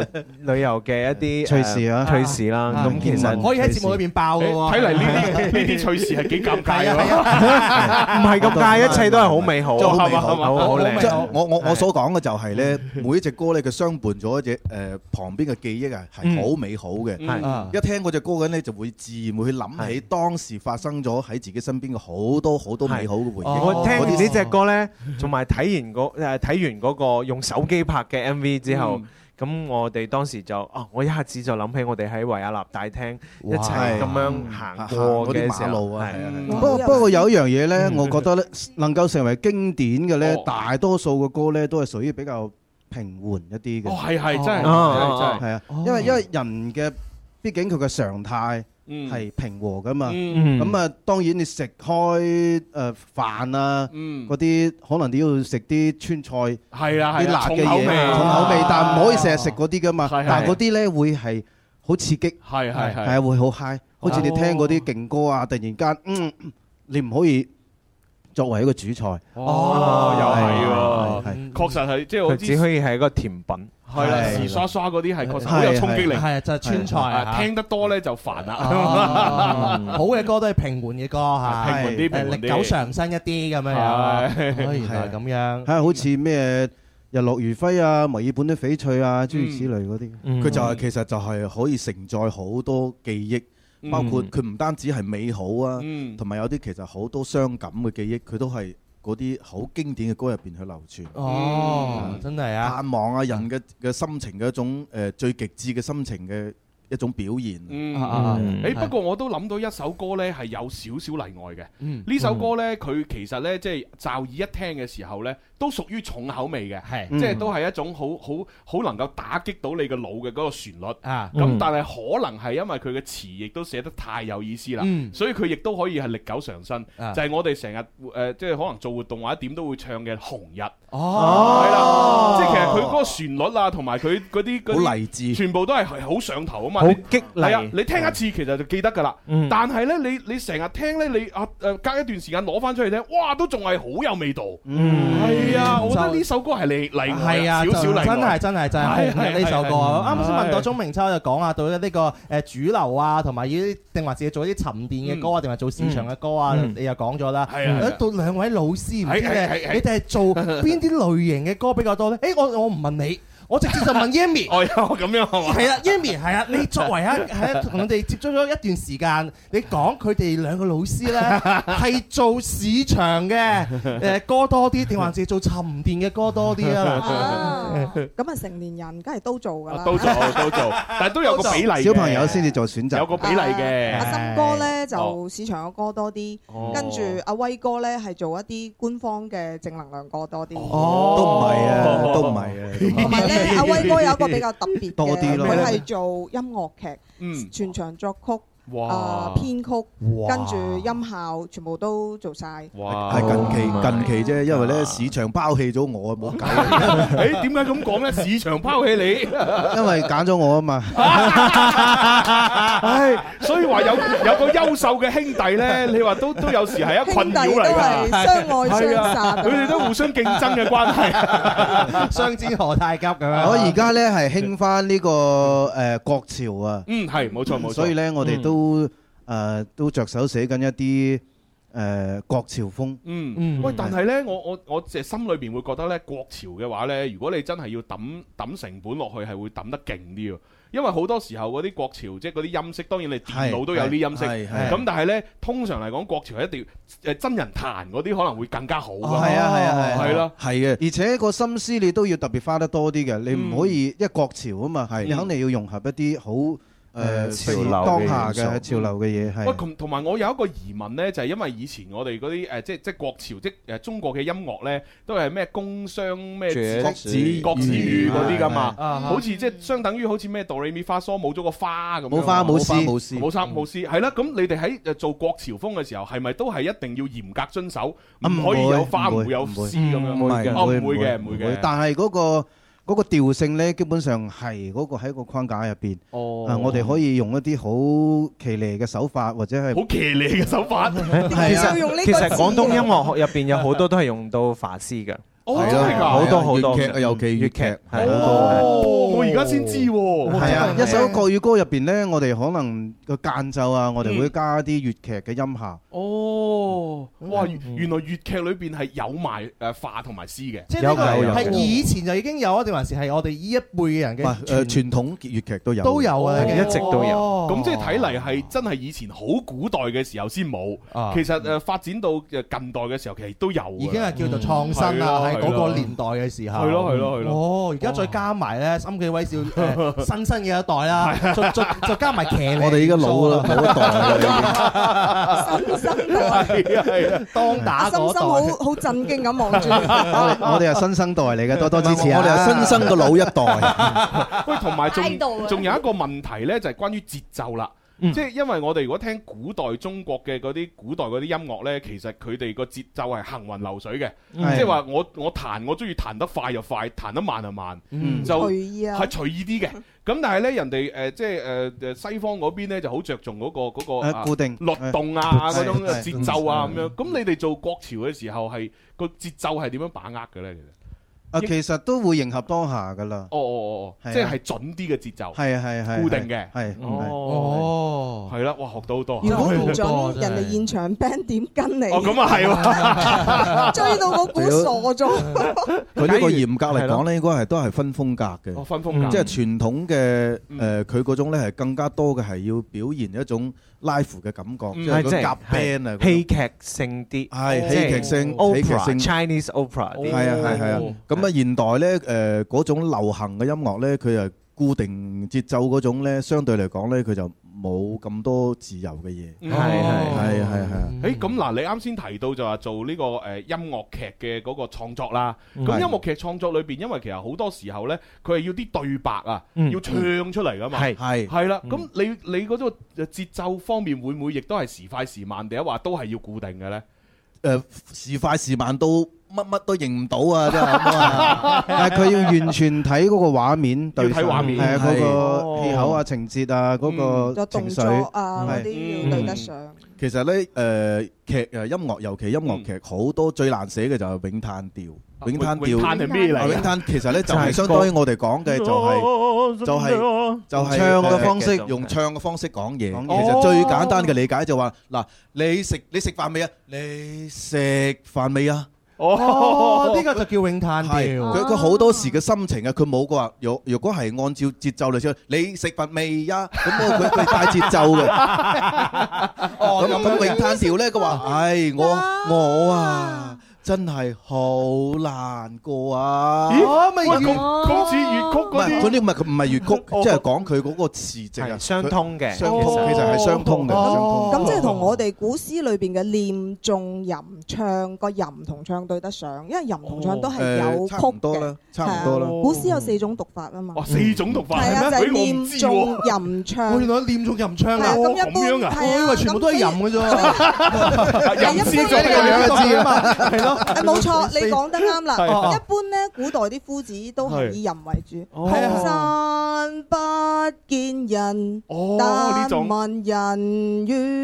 旅遊嘅一啲
趣事啊
呃趣事啦。
啊
咁其實
可以喺節目裏邊爆嘅喎。
睇嚟呢啲呢啲趣事係幾尷尬啊！
唔係咁尬，一切都係好 美好，
真係好美
好
好，
好
即係
靚。嗯
我我我所講嘅就係咧，每一隻歌咧，佢相伴咗一隻誒旁邊嘅記憶啊，係好美好嘅。
嗯係
一聽嗰只歌嘅咧，就會自然會去諗起當時發生咗喺自己身邊嘅好多好多美好嘅回憶。
我聽完
嗰啲
呢只歌呢，同埋睇完嗰誒睇完嗰個用手機拍嘅 MV 之
嗯
後。咁我哋當時就啊，我一下子就諗起我哋喺維也納大廳一齊咁樣行過嘅時
嗰啲馬
候
路，啊係啊
嗯
係
係
不不過有一樣嘢咧，我覺得咧能夠成為經典嘅咧，
哦
大多數嘅歌咧都係屬於比較平緩一啲嘅。
哦係係真係
哦
真係真係
係啊
哦，
因為因為人嘅畢竟佢嘅常態
嗯
係平和噶嘛。
嗯
咁啊，當然你食開誒飯啊，
嗯
嗰啲可能你要食啲川菜。
係啊
啲
係
辣
啊，
嘅
重口
嘢，
味，
重口味，但唔可以成日食嗰啲噶嘛。
係係
但係嗰啲咧會係好刺激，
係係係
係啊會好 high。好似你聽嗰啲勁歌啊，突然間嗯，你唔可以作為一個主菜。
哦
哦，又係
係係係
喎，確實係即係我
佢
知
只可以係一個甜品，
係啦，
啊
時刷刷嗰啲係確實好有衝擊力，
係啊就係川菜啊哦
啊聽得多咧就煩啦。
好嘅歌都係平緩嘅歌嚇，
平緩
係
啲平緩啲
歷久常新一啲咁樣樣。
係
哦原來咁樣。
係啊好似咩日落如輝啊、墨爾本啲翡翠啊，諸如此類嗰
嗯
啲，佢就係其實就係可以承載好多記憶。
嗯
包括佢唔單止係美好啊
嗯，
同埋有啲其實好多傷感嘅記憶，佢都係嗰啲好經典嘅歌入邊去流傳。
哦，
嗯
真係啊！
盼望啊，人嘅嘅心情嘅一種誒最極致嘅心情嘅一種表
啊
現。啊
嗯，誒不過我都諗到一首歌呢係有少少例外嘅。
嗯
呢首歌呢，佢其實呢，即係驟耳一聽嘅時候呢，都屬於重口味嘅，即係
嗯
都係一種好好好能夠打擊到你個腦嘅嗰個旋律。
啊
咁
嗯
但係可能係因為佢嘅詞亦都寫得太有意思啦
嗯，
所以佢亦都可以係歷久常新。
啊
就係我哋成日誒即係可能做活動或者點都會唱嘅《紅日》。
哦
係啦，即係其實佢嗰個旋律啊，同埋佢嗰啲嗰啲
好勵志，
全部都係係好上頭啊嘛。
好
你
激勵
係啊，你聽一次其實就記得㗎啦
嗯。
但係呢，你你成日聽呢，你啊誒隔一段時間攞翻出去聽，哇都仲係好有味道。
嗯
係啊，我覺得呢首歌係例例外
係啊，
少少
就
例外。
真係真係真係紅嘅呢首歌啊！啱先問到
中
鐘明秋就講啊，到呢個誒主流啊，同埋呢啲定還是做啲沉澱嘅歌啊，定係做市場嘅歌啊
嗯，
你又講咗啦。
係啊係啊
到兩位老師，唔知你
係係係係
你哋係做邊啲類型嘅歌比較多咧？誒，我我唔問你，我直接就問 Yami。
哦，咁樣係嘛？
係 啦，Yami 係啊，你作為啊係啊同我哋接觸咗一段時間，你講佢哋兩個老師咧係做市場嘅誒歌多啲，定還是做沉澱嘅歌多啲 啊？
咁啊，成年人梗係都做㗎啦。
啊都做都做，但係都有個比例嘅。
小朋友先至做選擇，
有個比例嘅。
啊阿森哥咧就市場嘅歌多啲
哦，
跟住阿威哥咧係做一啲官方嘅正能量歌多啲。
哦，都唔係啊，都唔係啊。
同埋咧，阿威哥有一個比較特別嘅，
多啲咯
佢係做音樂劇，
嗯
全場作曲，
哇
誒編曲，
哇
跟住音效全部都做晒。
哇
係
哦
近期近期啫，因為
啊
咧市場拋棄咗我，啊冇 計，
诶，點解咁講咧？市場拋 棄你，
因為揀咗我啊嘛。
唉，所以話有有個優秀嘅兄弟咧，你話都都有時係一困擾嚟㗎，
兄弟都係相愛相
係啊
殺㗎
佢哋都互相競爭 嘅關係，
相煎何太急咁
啊
樣
我而家咧係興翻呢個誒國潮啊，
嗯係冇錯冇錯嗯
所以咧我哋都誒都着手寫緊一啲誒國潮風，
嗯，喂，但係咧，我我我即係心裏邊會覺得咧，國潮嘅話咧，如果你真係要抌抌成本落去，係會抌得勁啲喎。因為好多時候嗰啲國潮，即係嗰啲音色，當然你電腦都有啲音色。
係係係
咁但係咧，通常嚟講，國潮係一定要誒真人彈嗰啲可能會更加好㗎。
係啊係啊係
哦係啦。，
係嘅，而且個心思你都要特別花得多啲嘅，你唔可以
嗯
一國潮啊嘛，你肯定要融合一啲好誒
潮流嘅
當下
元素
嘅潮流嘅嘢
喂，
係。
同同埋我有一個疑問呢，就係、因為以前我哋嗰啲誒，即即國潮即誒中國嘅音樂呢，都係咩工商咩
爵
國
士
子國子語嗰啲噶嘛，
係係
好似即相等於好似咩哆唻咪花梳冇咗個花咁樣，
冇花冇絲冇絲
冇花冇絲，係啦。咁你哋喺誒做國潮風嘅時候，係咪都係一定要嚴格遵守，唔可以有花，唔會有絲咁樣？哦唔會嘅，唔會嘅。
但係嗰個嗰個調性咧，基本上係嗰個喺個框架入邊。
哦
아,
啊，
뭐
我哋可以用一啲好騎呢嘅手法，或者係
好騎呢嘅手法。
係啊，
其實廣東音樂學入邊有好多都係用到法師嘅，
哦
真係㗎
好多好多
粵劇啊尤其
粵劇係
어,
哦，
뭐
我而家先知喎。
係啊，一首國語歌入邊咧，我哋可能個間奏啊，我
嗯
哋會加啲粵劇嘅音效。
哦，哇！原原來粵劇裏邊係有埋誒化同埋詩嘅，
即係呢個係以前就已經有啊，定還是係我哋依一輩嘅人嘅
誒傳統粵劇都有，
都有啊
哦
一直都有
咁即係睇嚟係真係以前好古代嘅時候先冇，
啊
其實誒發展到誒呃近代嘅時候其實都有㗎，
已經係叫做創新啦，喺嗰個年代嘅時候。
係咯係咯係咯
哦，而家再加埋咧，深記威少誒新生嘅一代啦，再再再加埋騎呢。
我哋依家老啦，老一代啦。
係啊係啊，
當打
阿心
嗰
心
代。
好好震驚咁望住。
我哋我哋係新生代嚟嘅，多多支持
唔係
啊！
我哋係新生嘅
老一代。
喂，同埋
態度
仲
啊
仲有一個問題呢，就係關於節奏啦。
嗯
即係因為我哋如果聽古代中國嘅嗰啲古代嗰啲音樂呢，其實佢哋個節奏係行雲流水嘅，
嗯
即係話我我彈我中意彈得快就快，彈得慢就啊慢，
嗯
就
隨意啊
係隨意啲嘅。咁但係呢，人哋呃誒即係誒誒西方嗰邊咧就好着重嗰個嗰個
誒固定
律動啊
係
嗰種
係嗯
節奏啊咁樣。咁你哋做國潮嘅時候係個節奏係點樣把握嘅呢？其實？
啊，其實都會迎合當下噶啦。
哦哦哦，
係
哦，
啊
即係準啲嘅節奏，
係啊係啊係啊
固定嘅，
係係
哦，係啦，哇，學到好多，
如 果
啊
唔準，人哋現場 band 點跟你？
哦咁啊係喎
追到個股傻咗。
佢呢個嚴格嚟講咧，應該係都係分風格嘅。
哦分風格
即係傳統嘅誒，佢嗰種咧係更加多嘅係要表現一種 live 嘅感覺，即係嗰夾 band 啊嗰種。
戲劇性啲，
係戲劇性戲劇
opera
性
Chinese opera 啲，
係啊係係啊，咁啊現代咧誒嗰種流行嘅音樂咧，佢係固定節奏嗰種咧，相對嚟講咧，佢就冇咁多自由嘅嘢。
係
係係係啊。
誒咁嗱，你啱先提到就話做呢個誒音樂劇嘅嗰個創作啦。
嗯
咁
係
音樂劇創作裏邊，因為其實好多時候呢，佢係要啲對白啊，
嗯
要唱出嚟噶嘛。
係係
係啦。
嗯
咁你你嗰個節奏方面會唔會亦都係時快時慢，定係話都係要固定嘅呢？
誒時快時慢到乜乜都認唔到啊！真係咁啊！但係佢要完全睇嗰個畫面對上，
要睇畫面
係啊嗰
哦
個氣口啊、情節啊、嗰個
個動
情
作
緒
啊嗰
係
啲要對得上。
其實咧，誒、劇誒音樂，尤其音樂劇，好、多最難寫嘅就係詠嘆調。詠嘆
詠
調
嘆係咩嚟
啊詠嘆其實咧就係、
就係
相當於我哋講嘅就係、
歌
就係、就係、
唱嘅方式
誒用唱嘅方式講嘢。
講
其
嘢
實最簡單嘅理解就話、嗱，你食你食飯未啊？你食飯未啊？
哦，呢個就叫詠嘆
係
調。
佢佢好多時嘅心情啊，佢冇話若若果係按照節奏嚟唱，你食飯未呀？咁我佢佢帶節奏嘅。咁咁詠嘆調咧，佢話：，唉，我我啊，真係好難過啊！
咦喂咁咁似粵曲嗰啲
唔係嗰啲唔係佢唔係粵曲，即係講佢嗰個詞值啊，
相通嘅
相通其實係相通嘅，相通。
咁即係同我哋古詩裏邊嘅念誦吟唱個吟同唱對得上，因為吟同唱都係有
哦誒差唔
曲
多啦，差唔
係
多
啊
啦。
古詩有四種讀法啊嘛。
哦，四種讀法
係啊，就
咩
係
咦我
念
唔知喎
誦吟唱。啊
我原來念誦吟唱
係
啊，
啊咁一般
樣啊，我以為全部都係吟嘅
係
啫，
一般
咗
嘅
兩個字啊嘛，係咯，
誒冇錯，你講得啱啦。
係啊
一般咧，古代啲夫子都係以吟為主。
哦係
山不見人，
哦
呢
但
種
聞人語響。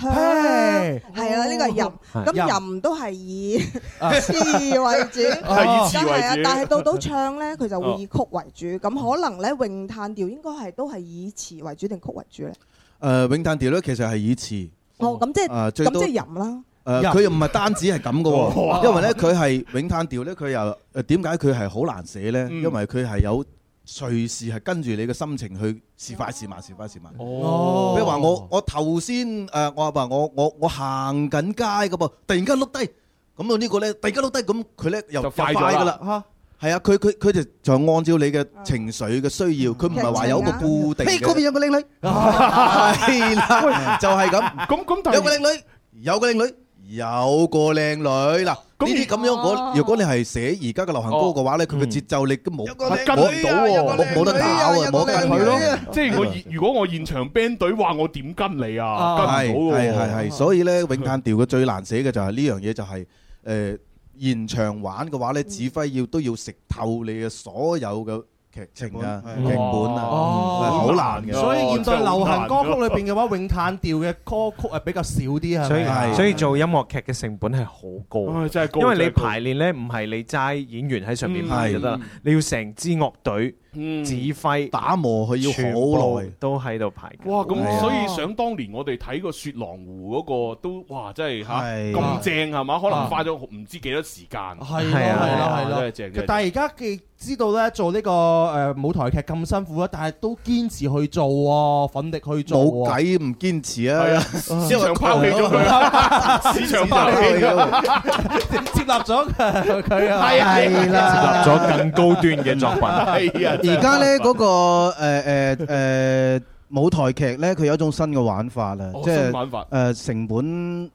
係
係啦，呢個係吟。
哦係
咁
吟
吟都係以
啊
詞為主，
係以詞為主哦
係啊，但係到到唱咧，佢就會以曲為主。咁可能咧，詠嘆調應該係都係以詞為主定曲為主咧？
誒詠嘆調咧，其實係以詞。
哦，咁即係
啊最
咁
多
即係吟啦。
誒呃佢又唔係單止係咁嘅
哇
喎，因為咧佢係咏嘆調咧，佢又誒呃點解佢係好難寫咧？
嗯
因為佢係有隨時係跟住你嘅心情去是快是慢，是快是慢。
哦
譬如話我我頭先誒我話我我我行緊街嘅噃，突然間碌
哎
低，咁啊呢個咧突然間碌低，咁佢咧又
就
又
快咗
快
啦
㗎啦嚇。係啊，佢佢佢就就按照你嘅情緒嘅需要，佢唔係話有一個固定嘅。
嘿嗰邊有個靚女，啊
係啦，就係咁。
咁咁
有個靚女，有個靚女，有個靚女嗱。呢啲咁樣，我如果你係寫而家嘅流行歌嘅話咧，佢嘅節奏你都冇
跟唔到喎，
冇冇得打啊，冇得跟
係
佢
咯。即係我現如果我現場 band 隊話我點跟你啊，跟唔到
係
喎。
係係，所以咧，咏嘆調嘅最難寫嘅就係呢樣嘢，就係誒現場玩嘅話咧，指揮要都要食透你嘅所有嘅劇情啊、劇本啊，係哦好難嘅。
所以現代流行歌曲裏邊嘅話，詠嘆調嘅歌曲係比較少啲，係
所
咪？啊
以所以做音樂劇嘅成本係好高，
唉真係高
因為你
真係高
排練咧唔係你齋演員喺上面
嗯
排就得啦
係，
你要成支樂隊
嗯
指揮
打磨，佢
全
要好
部
耐。
都喺度排緊。
哇！
係啊
咁所以想當年我哋睇個雪狼湖嗰個都哇，真係嚇
係啊
咁正係嘛？可能花咗唔知幾多時間。
係咯係咯係
啊真係
咯，
正。真係
但係而家既知道咧做呢個誒舞台劇咁辛苦啦，但係都堅持去做喎，奮力去做
冇
喎。
計唔堅持
係啊
啊！
市場拋棄咗 佢，市場拋棄
Ờ, ừ.
咗。
接納咗佢佢啊，
係啊
係啦
接納咗更高端嘅作 品。
係啊，
而家咧嗰個誒誒誒舞台劇咧，佢有一種新嘅玩法啦
哦，
即
新
係
玩法
誒成本誒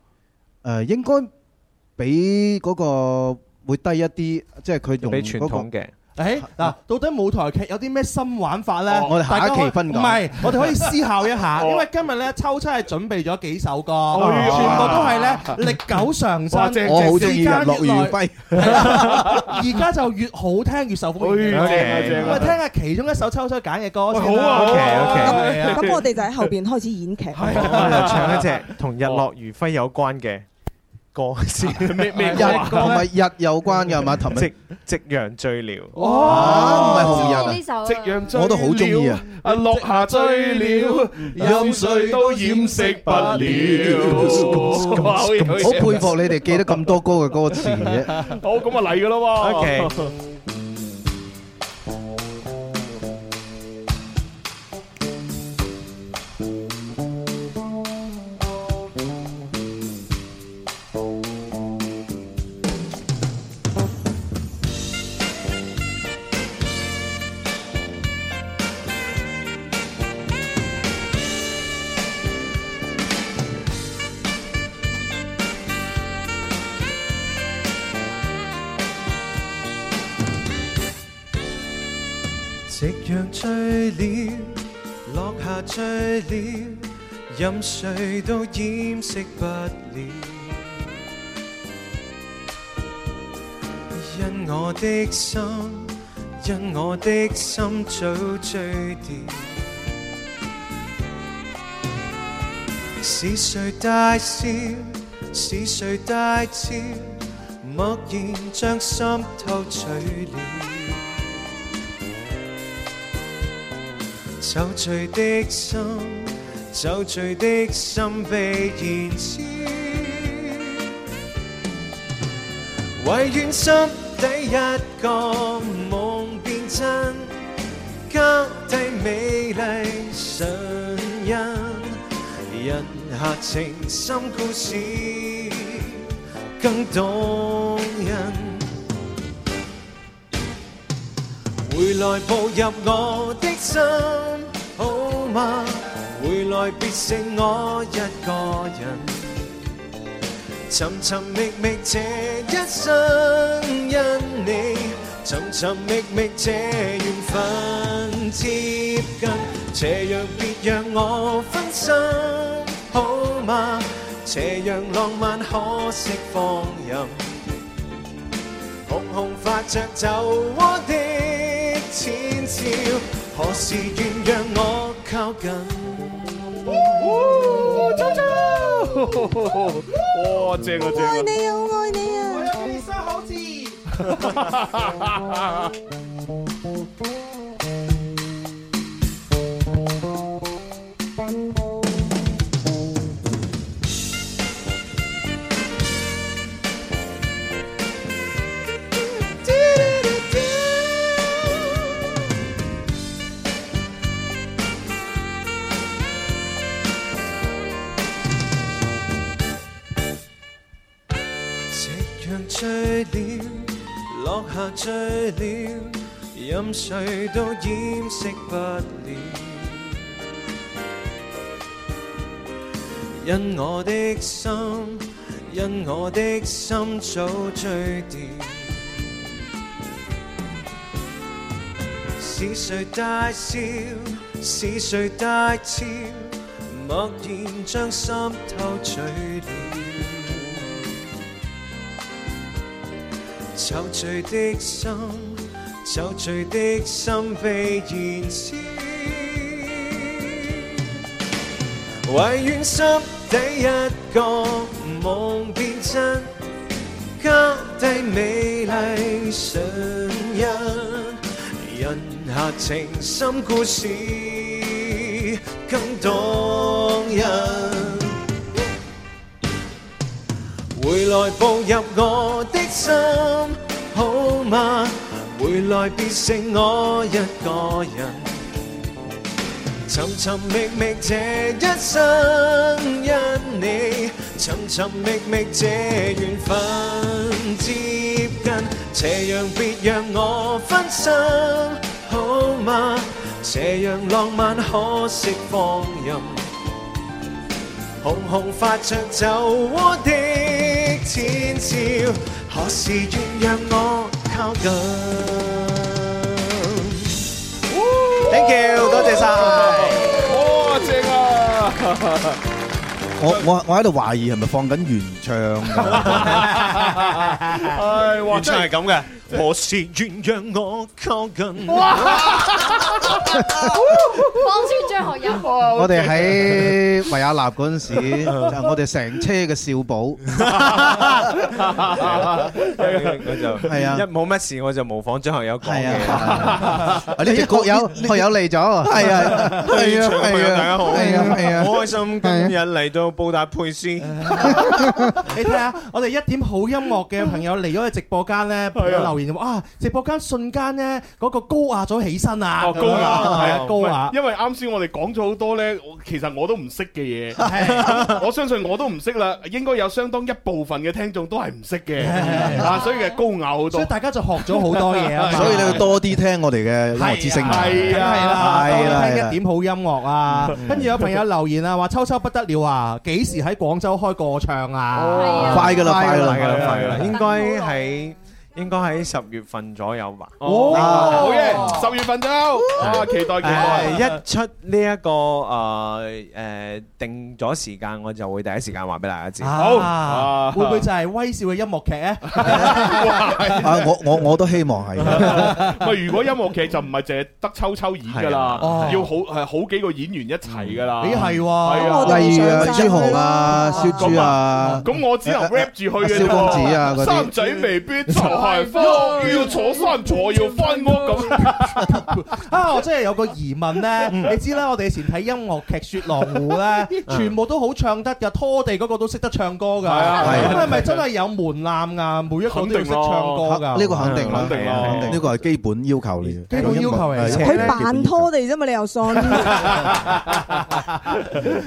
呃應該比嗰個會低一啲，即係佢用
比傳
嗰個
統嘅。
誒嗱，到底舞台劇有啲咩新玩法咧？
我哋下一期
大家可以
分
唔
講
係，我哋可以思考一 下，
哦
因為今日咧秋秋係準備咗幾首歌，
呀
全部都 係咧歷久常
哇正
新。
我
正
好中意
時
日
間
落
越
餘
來
暉，
係啦 而家就越好聽越受歡迎。
哎正啊正啊
咁啊，聽下其中一首秋秋揀嘅歌先
喂好啊
啦。
好啊
係啊
好啊
咁我哋就喺後邊開始演劇。
我就唱一隻同日落餘暉有關嘅歌先，
咩咩歌
日
啊？
同埋日有關 嘅係嘛？琴日
夕夕陽醉了。
啊唔係紅日啊
呢首啊
夕陽醉
我都好鍾意啊
了！啊落下醉了，任誰都掩飾不了。哇好嘢好
好
嘢
佩服你哋記得咁多歌嘅歌 詞嘅，
好咁啊嚟噶啦喎。
OK，
夕陽醉了，落下醉了，任誰都掩飾不了。因我的心，因我的心早醉掉。是誰大笑？是誰大笑？默然將心偷取了。酒醉的心，酒醉的心被燃燒。唯願心底一個夢變真，交低美麗上癮，印下情深故事，更動人。回來步入我的心，好嗎？回來別剩我一個人，尋尋覓覓這一生因你，尋尋覓覓這緣分接近，斜陽別讓我分身，好嗎？斜陽浪漫可惜放任。紅紅發着酒窩的淺笑，何時願讓我靠近？
哇，正啊正啊！
我愛你啊！
我有你三口字。夕陽醉了，落霞醉了，任誰都掩飾不了。因我的心，因我的心早醉掉。是誰大笑？是誰大笑？默然將心偷取了。酒醉的心，酒醉的心被燃燒。唯願心底一個夢變真，加低美麗唇印，印下情深故事更動人。回來步入我的心，好嗎？回來別剩我一個人，尋尋覓覓這一生因你，尋尋覓覓這緣分接近，斜陽別讓我分身，好嗎？斜陽浪漫可惜放任。紅紅發着酒窩的淺笑，何時願讓我靠近？Thank you，多謝晒。
哇，正啊！
我我我喺度懷疑係咪放緊原 唱啊㗎？
아,
唉，哇，
原
真
唱
係
係咁嘅，何時願讓我靠近？
放書張學友，
我哋 喺維也納嗰陣時， 就我哋成車嘅笑寶。
我就
係啊
一冇乜事我就模仿張學友講嘢。
啊呢只國友學友嚟咗，係啊，係啊，
朋友大家好，
係啊，係啊，
好開心今日嚟到布達佩 斯，
你睇下，我哋一點好音樂嘅朋友嚟咗去直播間咧，朋友留言話啊，直播間瞬間咧嗰個高壓咗起身啊，
哦，高雅
係
係
啊，高壓。
因為啱先我哋講咗好多咧，我其實我都唔識嘅 嘢，我相信我都唔識啦，應該有相當一部分嘅聽眾都係唔識嘅，啊，所以嘅高雅好多
所以。大家就學咗好多嘢啊嘛，
所以你要多啲聽我哋嘅音樂之聲。
係啦，
係啦，係
多
啦
聽一點好音樂啊！
嗯
跟住有朋友留言啊，話秋秋不得了啊，幾時喺廣州開個唱啊？
快㗎啦快㗎啦
係啦，
快
係
㗎啦，
啦應該喺應該喺十月份左右吧。
哦
應該係
好嘢，十月份就啊，期待期待。
誒一出呢一個誒誒定咗時間，我就會第一時間話俾大家知。
啊會唔會就係威少嘅音樂劇 咧？
啊，我我我都 希望 係。
喂，如果音樂劇就唔係淨係得秋秋演㗎啦
係啊，
要好係好幾個演員一齊㗎啦。
咦係喎
啊
例如啊，朱紅啊，燒豬啊，
咁我只能 rap 住去嘅啫喎
蕭公子啊嗰啲
三仔未必就係福，要坐山坐要翻屋咁。
啊，我真係有個疑問咧，你知啦，我哋以前睇音樂劇《雪狼湖》咧，
嗯
全部都好唱得㗎，拖地嗰個都識得唱歌㗎。
係啊係啊
咁係咪真係有門檻啊？每一個都要識唱歌㗎？
呢個肯定啦，
啊肯定啦
呢個係基本要求嚟嘅。
基本要求嚟嘅
係
佢扮拖地啫嘛，你又 信？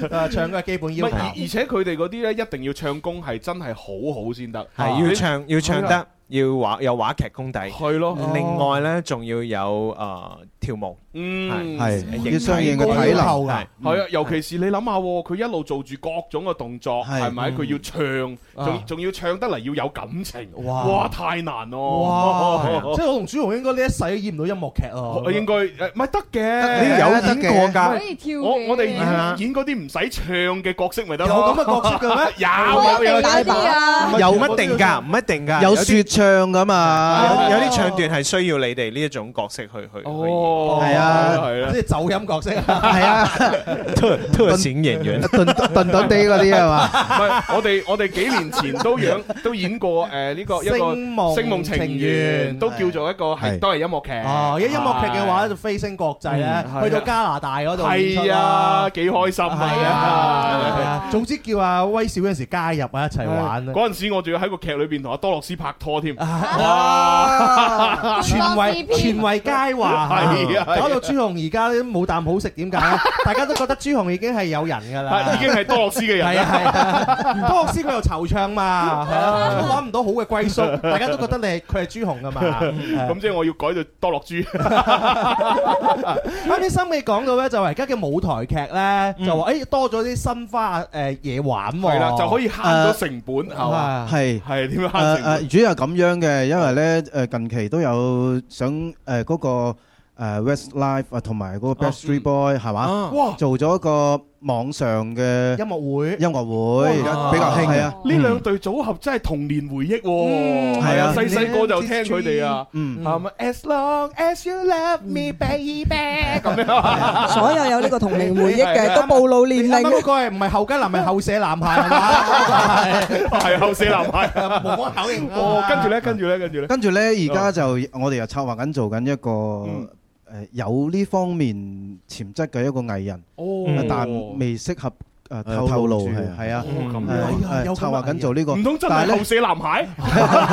啊，唱嘅基本
唔
要
係
求
而。而且佢哋嗰啲咧，一定要唱功係真係好好先得，
係要唱要唱得要話有話劇功底，係
咯
另外咧，仲要有誒跳舞，
嗯
係
係要相應嘅體能
係
啊
係啊，尤其是你諗下喎，佢一路做住各種嘅動作，係咪？
嗯
佢要唱，
啊
仲仲要唱得嚟要有感情，
哇
哇！太難 咯，
哇！即係我同朱紅應該呢一世都演唔到音樂劇啊咯。
哦應該誒，唔係得嘅，
得嘅有演過㗎可以
㗎。我我哋演
係啊
演嗰啲唔使唱嘅角色咪得咯。
有咁嘅角色嘅咩
有有有
大把啊
有唔一定㗎，唔一定㗎，
有
啲
説唱噶嘛，
有有啲唱段係需要你哋呢一種角色去去
哦
係啊
係
即係走音角色。
係啊，
特 特型演員，
頓頓頓地嗰啲係 嘛？
唔係，我哋我哋幾年前都養 都演過誒呢個一個
星夢
夢情
情
緣，
緣
都叫做一個係都係音樂劇。
哦，而家音樂劇嘅話就飛升國際咧
嗯係啊，
去到加拿大嗰度演出
係
啦。
啊，幾開心
係
啊！
啊，總之叫阿威少嗰陣時加入啊，一齊玩啊。
嗰陣時我仲要喺個劇裏邊同阿多樂斯拍拖添，
哇
哇！
全為全為佳話，
係啊係啊
搞到朱紅而家都冇啖好食，點解？ 大家都覺得朱紅已經係有人㗎啦，
已經係多樂斯嘅人
係啊係
啦。
啊，多樂斯佢又惆悵 嘛，係啊都揾唔到好嘅歸宿，大家都覺得你係佢係朱紅 㗎嘛。
咁即係我要改到多樂豬，
啱先森美講到咧，就話而家嘅舞台劇咧，就話誒多咗啲新花誒嘢玩喎，
係啦，就可以慳到成本係嘛？
係
係點樣慳
誒
成
誒，
本？
主要係咁樣嘅，因為咧誒近期都有想誒嗰個誒 Westlife 啊，同埋嗰個 Backstreet Boy 係
啊
嘛
哇，
做咗一個網上嘅
音樂會。
音樂會，
哇
比較興
係
係
啊
啊！
呢兩隊組合真係童年回憶喎，
嗯
係啊，
係啊
細細個就聽佢哋啊，
嗯
係咪？As long as you love me, baby，咁樣
所有有呢個童年回憶
係啊
嘅都暴露年
啱啱嗰
齡。
個係唔係後街男，係後舍男孩係嘛？
係後四男孩，
無可否認
哦，跟住咧，跟住咧，跟住咧，
跟住咧，而家就我哋又策劃緊做緊一個誒有呢方面潛質嘅一個藝人，
哦
但未適合誒
誒透露
透露
住
係係啊
哦咁，
誒
樣有咁嘅
誒策劃緊做呢個，
唔通真係
但呢
後四男孩？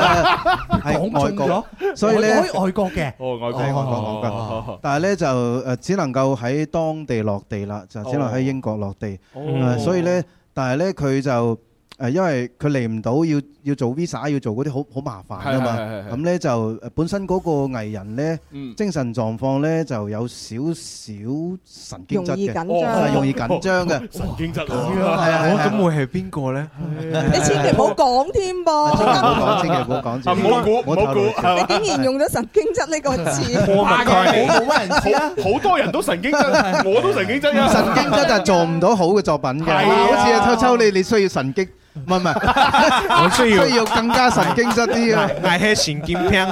喺外
講中
國，所以咧
外。外國嘅，
哦，外國，
係外國
哦
外
哦
國，但係咧就誒只能夠喺當地落地啦，就只能喺英國落地。
哦
誒所以咧，但係咧佢就誒因為佢嚟唔到，要要做 visa，要做嗰啲好好麻煩㗎嘛
係係係係。
咁咧就誒本身嗰個藝人咧
嗯
精神狀況咧就有少少神經質
容易
嘅，
緊張
係容易 緊張嘅。
神經質
咁樣
啊
係啊係啊
咁會係邊個咧？
你千祈唔好講添
唔好
噃，
講，啊千祈唔好講，千祈
啊唔好估
唔好透露
唔好估
你竟然用咗神經質呢個字，
怕
冇冇乜人知啊！
好好多人都神經質， 我都神經質啊！
神經質就係做唔到好嘅作品嘅，
係啊
好似阿秋秋你你需要神經，唔係唔係，
我需要
需要更加神經質啲啊！
捱吃 前劍聽，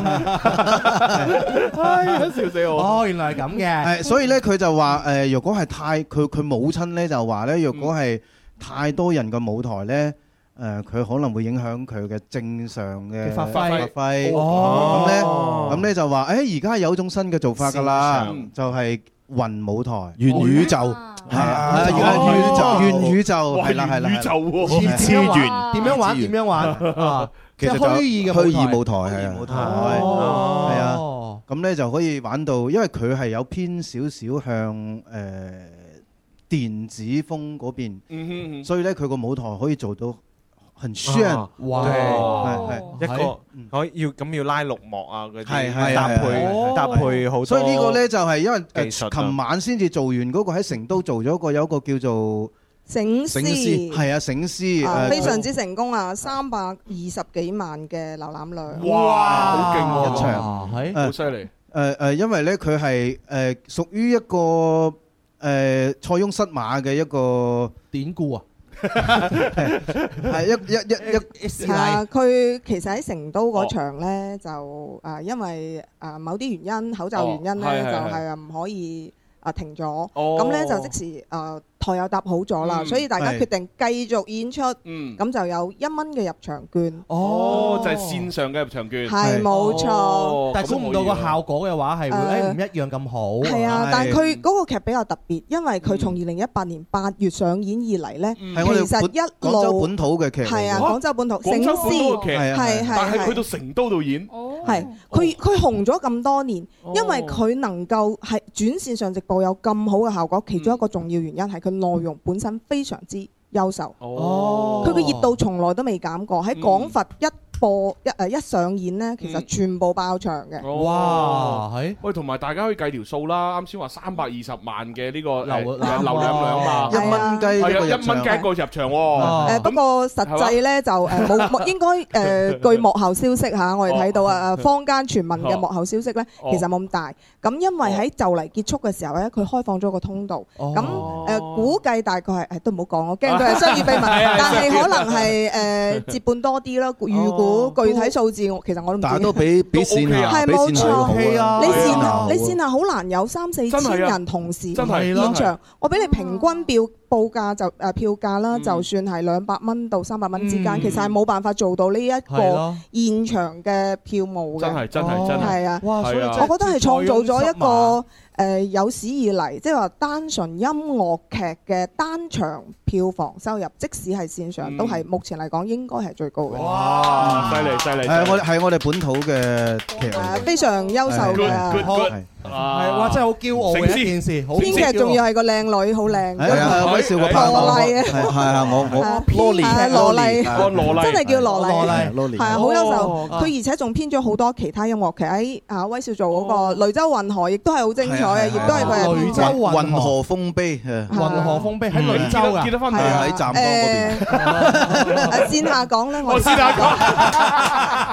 唉，笑死我！
哦，原來係咁嘅。
誒，所以咧佢就話誒，若果係太佢佢母親咧就話咧，若果係太多人嘅舞台咧。誒佢可能會影響佢嘅正常嘅
發揮
發揮咁咧，
哦
咁咧就話誒而家有一種新嘅做法㗎啦
線上，
就係雲舞台、
元宇宙
哦
係啊，元宇宙
哇，
係啦係啦
元宇宙喎，
二次元點樣玩？點樣玩？ 啊即係虛擬嘅
虛
舞台
擬舞台係啊，舞台係啊，
哦，
咁咧就可以玩到，因為佢係有偏少少向誒電子風嗰邊，
嗯哼嗯哼
所以咧佢個舞台可以做到很炫，
啊
哇
對
係
一個可以要咁要拉綠幕啊嗰
係
啲
係
搭
係
配搭配好多，
所以呢個咧就係因為
技術啊
琴晚先至做完嗰個喺成都做咗個有一個叫做
醒思
係啊醒獅
啊
誒
非常之成功啊，三百二十幾萬嘅瀏覽量。
哇，好勁喎，
一場
係
好犀利，
誒誒，因為咧佢係誒屬於一個誒塞翁失馬嘅一個。
典故啊！
係一一一
一事
呃係啊，佢其實喺成都嗰場咧，就啊，因為啊某啲原因，口罩原因
哦哦係
咧，
係
就
係
係啊唔可以啊停咗，
哦
咁咧就即時啊台又搭好咗啦，
嗯
所以大家
係
決定繼續演出，
嗯，
咁就有一蚊嘅入場券，
哦，就係線上嘅入場券，
係冇錯。
哦
但係
咁
估唔到
可以
個
喎
效果嘅話係會誒
誒
唔一樣咁好。
哦
係啊，但係
係
佢嗰個劇比較特別，因為佢從二零一八年八月上演以嚟咧，其
嗯
係我哋
實
本
一
廣州
路
本土嘅劇嚟
係啊，
嘅
廣州本土
廣州本土嘅劇
係啊
係係
但係
係
去到成都度演，
係佢佢紅咗咁多年，因為
哦
佢能夠係轉線上直播有咁好嘅效果，其中一個重要原因係佢內容本身非常之優秀，
哦嗯
佢嘅熱度從來都未減過。喺廣佛一播一誒一上演咧，其實全部爆場嘅。
哦！喂，同埋大家可以計條數啦，啱先話三百二十萬嘅呢個誒
流啊
流量量嘛，
一蚊雞一個
係啊
入
一蚊雞一個入場喎。
啊
誒不過實際咧就誒 冇冇應該誒據幕後消息嚇，我哋睇到啊
哦
誒坊間傳聞嘅幕後消息咧，
哦
其實冇咁大。咁因為喺就嚟結束嘅時候咧，佢開放咗個通道，咁誒估計大概係誒都唔好講，我 驚佢係商業秘密
係啊，
但係可
商業
能係誒接半多 啲咯。預估具體數字我其實我都唔知。
但係 都比比線下
係
比
冇
線下要好
錯，
啊
你
比線
線
下好
下
啊
你線下好難有三四千
真係啊
人同時
真係咯
現場
係。
我俾你平
哦
均票報價就誒票價啦，就算係兩百蚊到三百蚊之間，
嗯
其實係冇辦法做到呢一
係
個
咯
現場嘅票務嘅。
真係真係
哦
真係
係啊！
哇所以真係
我覺得係創造咗一
再用
個誒有史以嚟，即係話單純音樂劇嘅單場票房收入，即使係線上都係目前嚟講應該係最高嘅。
嗯哇！犀利犀利！
誒，我哋係我哋本土嘅劇嚟嘅。
誒非常優秀嘅。
係哇，真係好驕傲嘅一件事，好
編劇仲要係個靚女，好靚。
係啊，威少個拍
羅麗
檔，
啊
係係 啊，我我羅
係
麗，
羅麗，
係
啊
真係叫羅麗，
哦羅麗，
係啊，好優秀
哦。
佢而且仲編咗好多其他音樂劇喺啊威少做嗰個《雷州運河》，亦都係好精彩
啊
嘅，亦都係佢係啊
雷州運河豐碑，雲
河
豐
碑喺雷州啊結得
翻
嚟啊
嗯喺湛江嗰邊。
誒線下講咧，我線
下
講。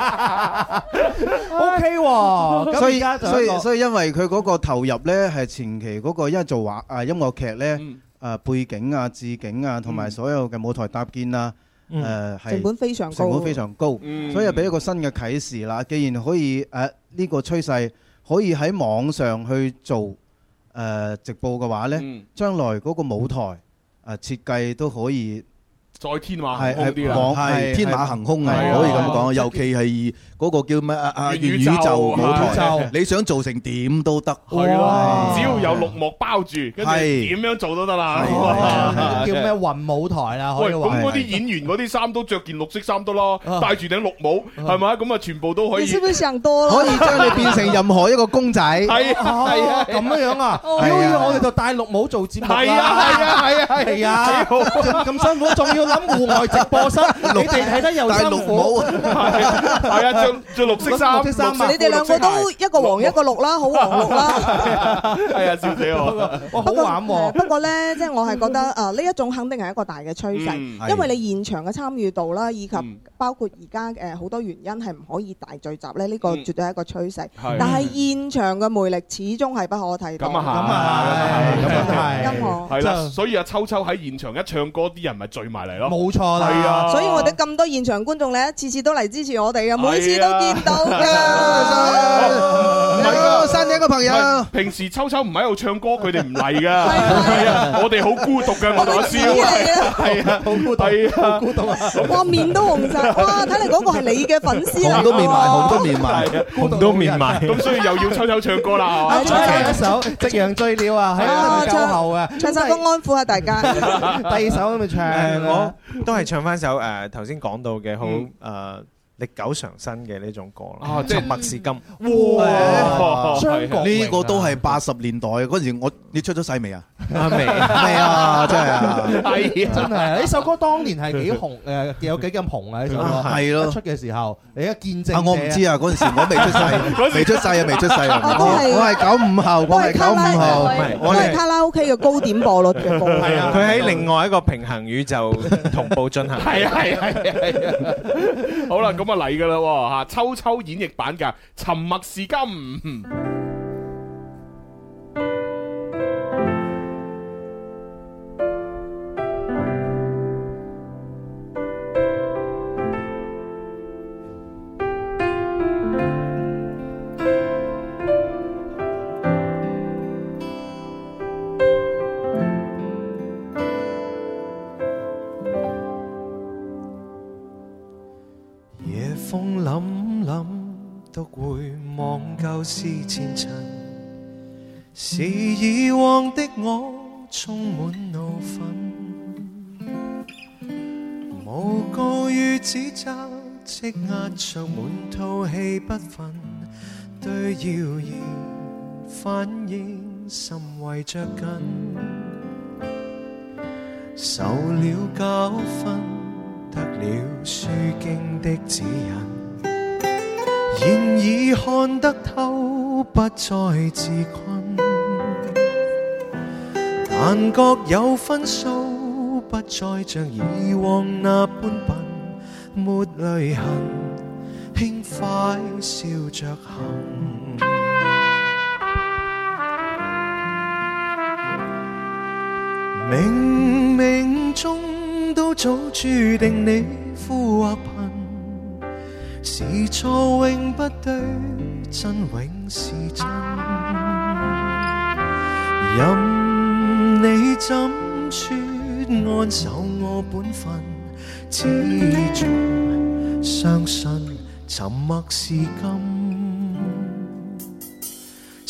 O K 喎。
所
哦咁而
以
家就
所
一
以
個
所以因為佢嗰個投入呢，係前期嗰、個，因為做話啊音樂劇呢，
嗯
啊背景啊置景啊，同埋所有嘅舞台搭建啊，
嗯
誒、係
成本非常高
成本非常高，
嗯
所以又俾一個新嘅啟示啦。既然可以誒呢、個趨勢可以喺網上去做誒、直播嘅話呢，
嗯
將來嗰個舞台誒、設計都可以。
再天馬行
係
空啲
係
啦，
往係天馬行空啊，
係啊
可以咁講。尤其係嗰個叫咩啊啊
元
元
宇
宇
宙
宙
元
舞
宇宙
台，你想做成點都得。
係咯，
係
只要有綠幕包住，跟住
係
點樣做都得啦。啊
叫 咩雲舞台啦，可
喂，
以話
咁
係。
嗰啲演員嗰啲衫都着件綠色衫得咯，戴住頂綠帽，係咪？啊咁啊，全部都可以。
你是不是想多了？
可以將你變成任何一個公仔。
係啊係啊
咁樣樣啊！
係啊
屌，我哋就戴綠帽做節目啦。
係啊係啊係啊係啊
係啊！
幾好
咁辛苦，仲要諗戶外直播室， 你哋睇得又
戴
辛
綠
苦。
係啊，着着綠色衫，
綠色衫啊
你哋兩個都一個黃一個綠啦，好黃綠啦。
係啊，笑死 我！啊
哇，好玩喎！
不過咧，即係我係覺得誒呢一種肯定係一個大嘅趨勢，
嗯
因為你現場嘅參與度啦，以及包括而家誒好多原因係唔可以大聚集咧，呢個絕對係一個趨勢
係。
但係現場嘅魅力始終係不可替代。
咁啊係，咁啊
音樂
係啦，所以阿秋秋喺現場一唱歌，啲人咪聚埋嚟咯。
冇錯啦
係啊，
所以我哋咁多現場觀眾咧，次次都嚟支持我哋嘅，每次都見到㗎。
啊
係山頂嘅朋友，
平時秋秋唔喺度唱歌，佢哋唔嚟噶。係啊，我哋好孤獨嘅，我同阿蕭係啊，好孤獨，係啊，孤獨啊
哇，面都紅晒！哇，睇嚟嗰個係你嘅粉絲啊嚟㗎
紅都面埋，
喎
紅都 面埋，
紅都面埋，咁所以又要秋秋唱 歌啦，
啊，
係嘛
最後一首《夕陽醉了》啊，喺酒後啊，
唱首歌安撫下大家。
第二首咁咪 唱
誒，
啦
我都係唱翻首誒頭先講到嘅好誒歷久常新嘅呢種歌啦，《沉默是金》。
哇
張國榮
呢個都係八十年代嗰陣時，我你出咗世未啊？
未
未啊，真係啊，
真係呢首歌當年係幾紅誒，有幾咁紅啊！呢首歌
係咯
一出嘅時候，你一見證
啊，我唔知啊， 嗰陣時我未出世，未出世啊，未出世啊，
我都係
我係九五後，我係九五後，
都係卡拉 OK 嘅高點播率嘅歌。
係啊，佢喺另外一個平衡宇 宙同步進行。
係啊係啊係啊係啊！好啦，咁啊嚟噶啦喎吓，秋秋演繹版嘅《沉默是金》。
夜風凛凛，獨回望舊事前塵，是以往的我充滿怒憤，無告於指責，積壓着滿肚氣不忿，對謠言反應甚為着緊，受了教訓。得了書經的指引，現已看得透，不再自困。但覺有分數，不再像以往那般笨，沒淚痕，輕快笑着行。冥冥中都早注定你富或貧，是錯永不對，真永是真。任你怎說，安守我本分，始終相信沉默是金。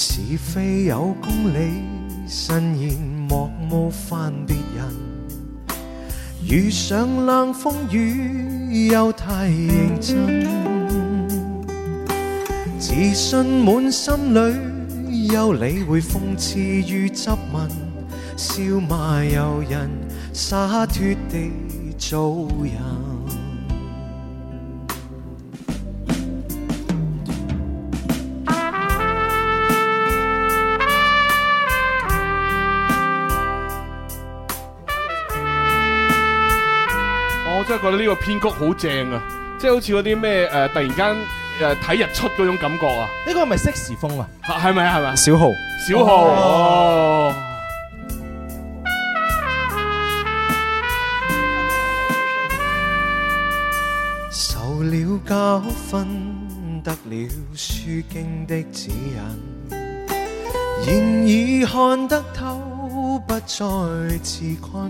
是非有公理，慎言莫冒犯別人。遇上冷風雨又太認真，自信滿心裏，有理會諷刺與質問，笑罵由人，灑脱地做人。
哦我真係覺得呢個編曲好正啊！即係好似嗰啲咩誒，突然間誒睇日出嗰種感覺啊！
呢個係咪適時風啊？
嚇係咪啊？係咪？
小豪，
小豪哦。
受了教訓，得了書經的指引，現已看得透，不再自困。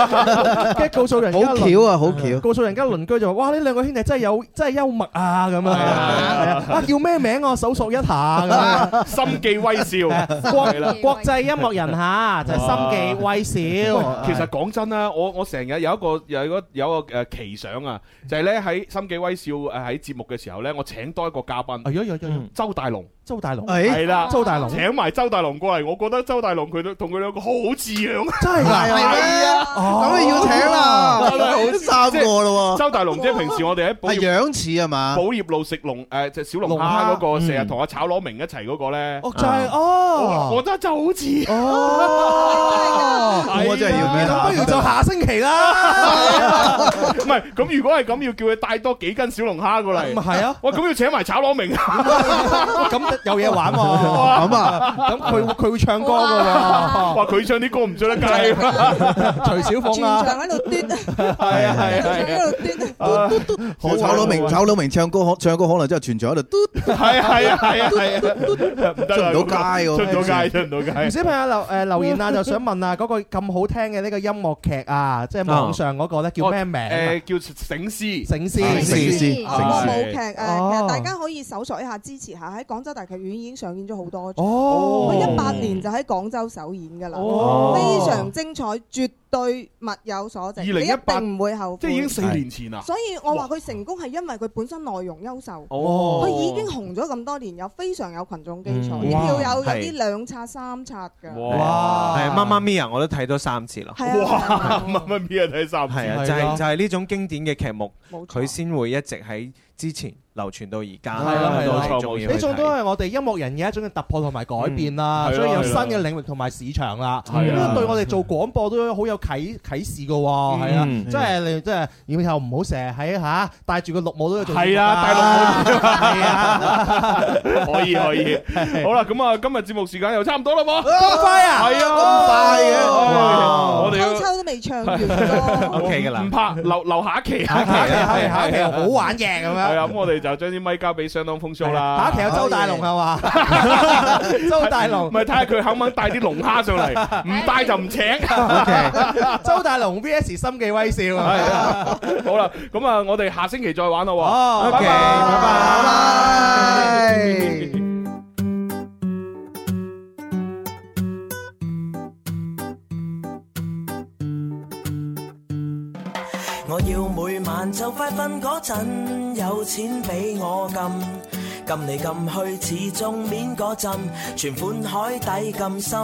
啦
跟住告訴人家
好巧啊好巧
告訴人家鄰居就話：哇！呢兩個兄弟真係有真係幽默啊咁樣。係 啊啊叫咩名我搜索一下咁樣。
心記微 笑，
國
係啦
國際音樂人嚇
Ờ.
就係心記微笑。
其實講真啦，我我成日有一個有一個有一個誒奇想啊，就係咧喺《心記威笑》誒喺節目嘅時候咧，我請多一個嘉賓，周大龍。
周大龍
係啦，
周大龍
請埋周大龍過嚟，我覺得周大龍佢都同佢兩個好似樣，
真係㗎
係啊，
咁你要請啦
真係好
三個咯喎
周大龍即係平時我哋喺寶
係樣似係嘛？
寶業路食龍誒，即係小龍
龍
蝦
蝦
嗰個，成日同阿炒螺明一齊嗰個咧，
就係哦，
啊我覺得就好似
哦，
我真係要啊見
咁不如就下星期啦。
唔係，咁如果係咁，要叫佢帶多幾斤小龍蝦過嚟。
咁係啊，
哇，咁要請埋炒螺明啊！
咁有嘢玩喎， 咁啊，咁佢佢會唱歌㗎喎，
哇，佢唱啲歌唔唱得街，
徐小鳳 啊，
喺度嘟，
係啊係啊係
Ờ.
啊，
好炒佬明，炒佬明唱歌可唱歌可能真係全場喺度嘟，
係啊係啊係啊係啊，唔得啦
出唔到街喎
出唔到街，出唔到街。
唔少朋友留誒留言啊，就想問啊，嗰個咁好聽嘅呢個音樂劇啊，即係網上嗰個咧叫咩名啊？
誒，叫醒獅，
醒獅
啊
醒獅
醒獅
哦
歌
醒
舞
獅
劇誒，
哦
其實大家可以搜索一下支持下，喺廣州大劇院已經上演咗好多場，
哦
佢一八年就喺廣州首演㗎啦，
哦
非常精彩，絕對物有所值，你一
2018
定唔會後悔。
即係已經四年前啦。
所以我話佢成功係因為佢本身內容優秀，
哦
佢已經紅咗咁多年，有非常有群眾基礎，
嗯
啲票友有
哇
啲兩刷三刷㗎。
哇！係媽媽咪呀，我都睇咗三次啦。
係啊
哇！乜咩睇三次？
係啊，就係就係呢種經典嘅劇目，佢先會一直喺之前流傳到而家。
啦
我哋仲要去
呢種
睇
都係我哋音樂人嘅一種嘅突破同埋改變啦，
嗯係
所以
啦
有
係
新
啦
嘅領域同埋市場啦。
係啊啦
呢個對我哋做廣播都好有啟啟示嘅喎，係啊，
嗯
即係你即係以後唔好成日喺嚇帶住個綠帽都去做。
係啊戴
綠帽。係啊，
可以可以，好啦，咁啊，今日節目時間又差唔多啦噃，
咁快啊
係啊，
咁快嘅
哇我哋要
秋秋都未唱完。
OK 噶啦，唔怕，留留下一期，下一期，
下一期
係
下一期
係
好玩嘅咁樣
係啊，咁我哋就將啲咪交俾相當風騷
下。
啦
一期有周大龍係啊 嘛？ 周大龍
咪睇下佢肯唔肯帶啲龍蝦上嚟，唔帶就唔請。
周大龍 VS 心記威少啊！
係啊，好啦，咁啊，我哋下星期再玩咯喎。
哦
拜拜。
我要每晚就快瞓嗰陣，有錢俾我撳，撳嚟撳去始終面嗰陣，存款海底咁深。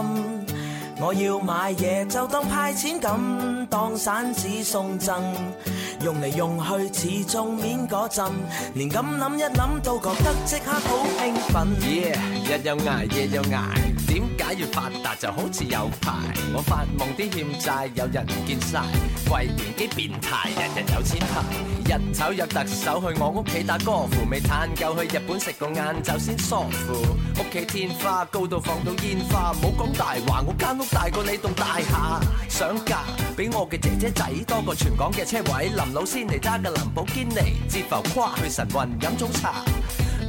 我要買嘢就當派錢咁，當散紙送贈，用嚟用去始終面嗰陣，連咁諗一諗都覺得即刻好興奮。
Yeah，日又捱，夜又捱，點解越發達就好似有排？我發夢啲欠債有人見晒，櫃員機變態，人人有錢派。日頭有特首去我屋企打歌符，未嘆夠去日本食個晏晝先疏乎。屋企天花高到放到煙花，唔好講大話，我間屋大過你棟大廈。想嫁俾我嘅姐姐仔多過全港嘅車位，林老師嚟揸嘅林寶堅尼，接浮誇去神運飲早茶。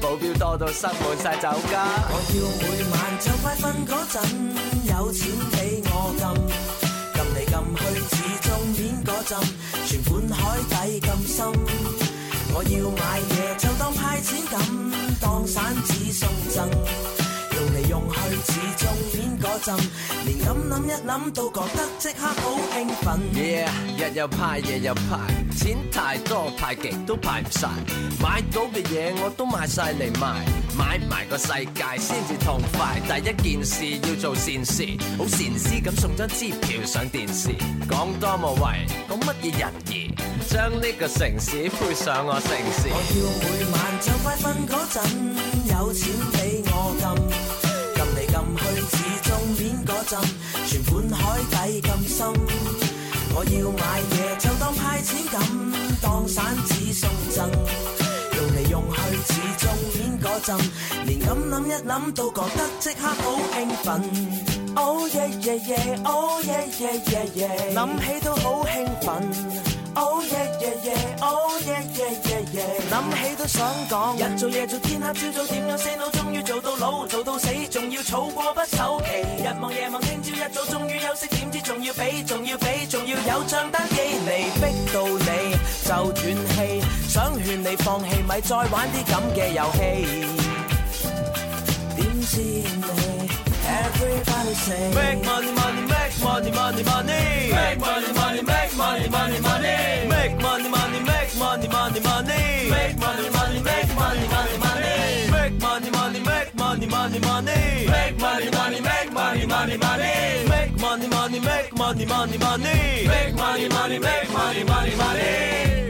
保鏢多到塞滿晒酒家。
我要每晚就快瞓嗰陣，有錢俾我撳，撳嚟撳去始終面嗰陣，存款海底咁深。我要買嘢就當派錢咁，當散紙送贈，用嚟用去始終面嗰陣，連咁諗一諗都覺得即刻好興奮。
Yeah，日又派，夜又派，錢太多派極都派唔晒，買到嘅嘢我都賣晒嚟賣，買埋個世界先至痛快。第一件事要做善事，好善思咁送張支票上電視，講多無謂，講乜嘢仁義，將呢個城市配上我城市。
我要每晚就快瞓嗰陣，有錢俾我撳，撳嚟撳去始終面嗰陣，存款海底咁深。我要買嘢就當派錢咁，當散紙送贈，用嚟用去始終面嗰陣，連咁諗一諗都覺得即刻好興奮。Oh yeah yeah yeah，oh yeah yeah yeah yeah，諗起都好興奮。 Oh yeah yeah yeah, oh yeah yeah yeah yeah，諗起都想講。日做夜做天黑朝早點樣 say no，終於做到老做到死，仲要儲過不首期。日望夜望聽朝一早終於休息，點知仲要俾仲要俾仲要有帳單寄嚟，逼到你就斷氣。想勸你放棄，咪再玩啲咁嘅遊戲。點知你 everybody say make money money make money money money make money money make money money money make money money make money money money make money money make money money money make money money make money money money make money money make money money money make money money make money money money make money money make money money money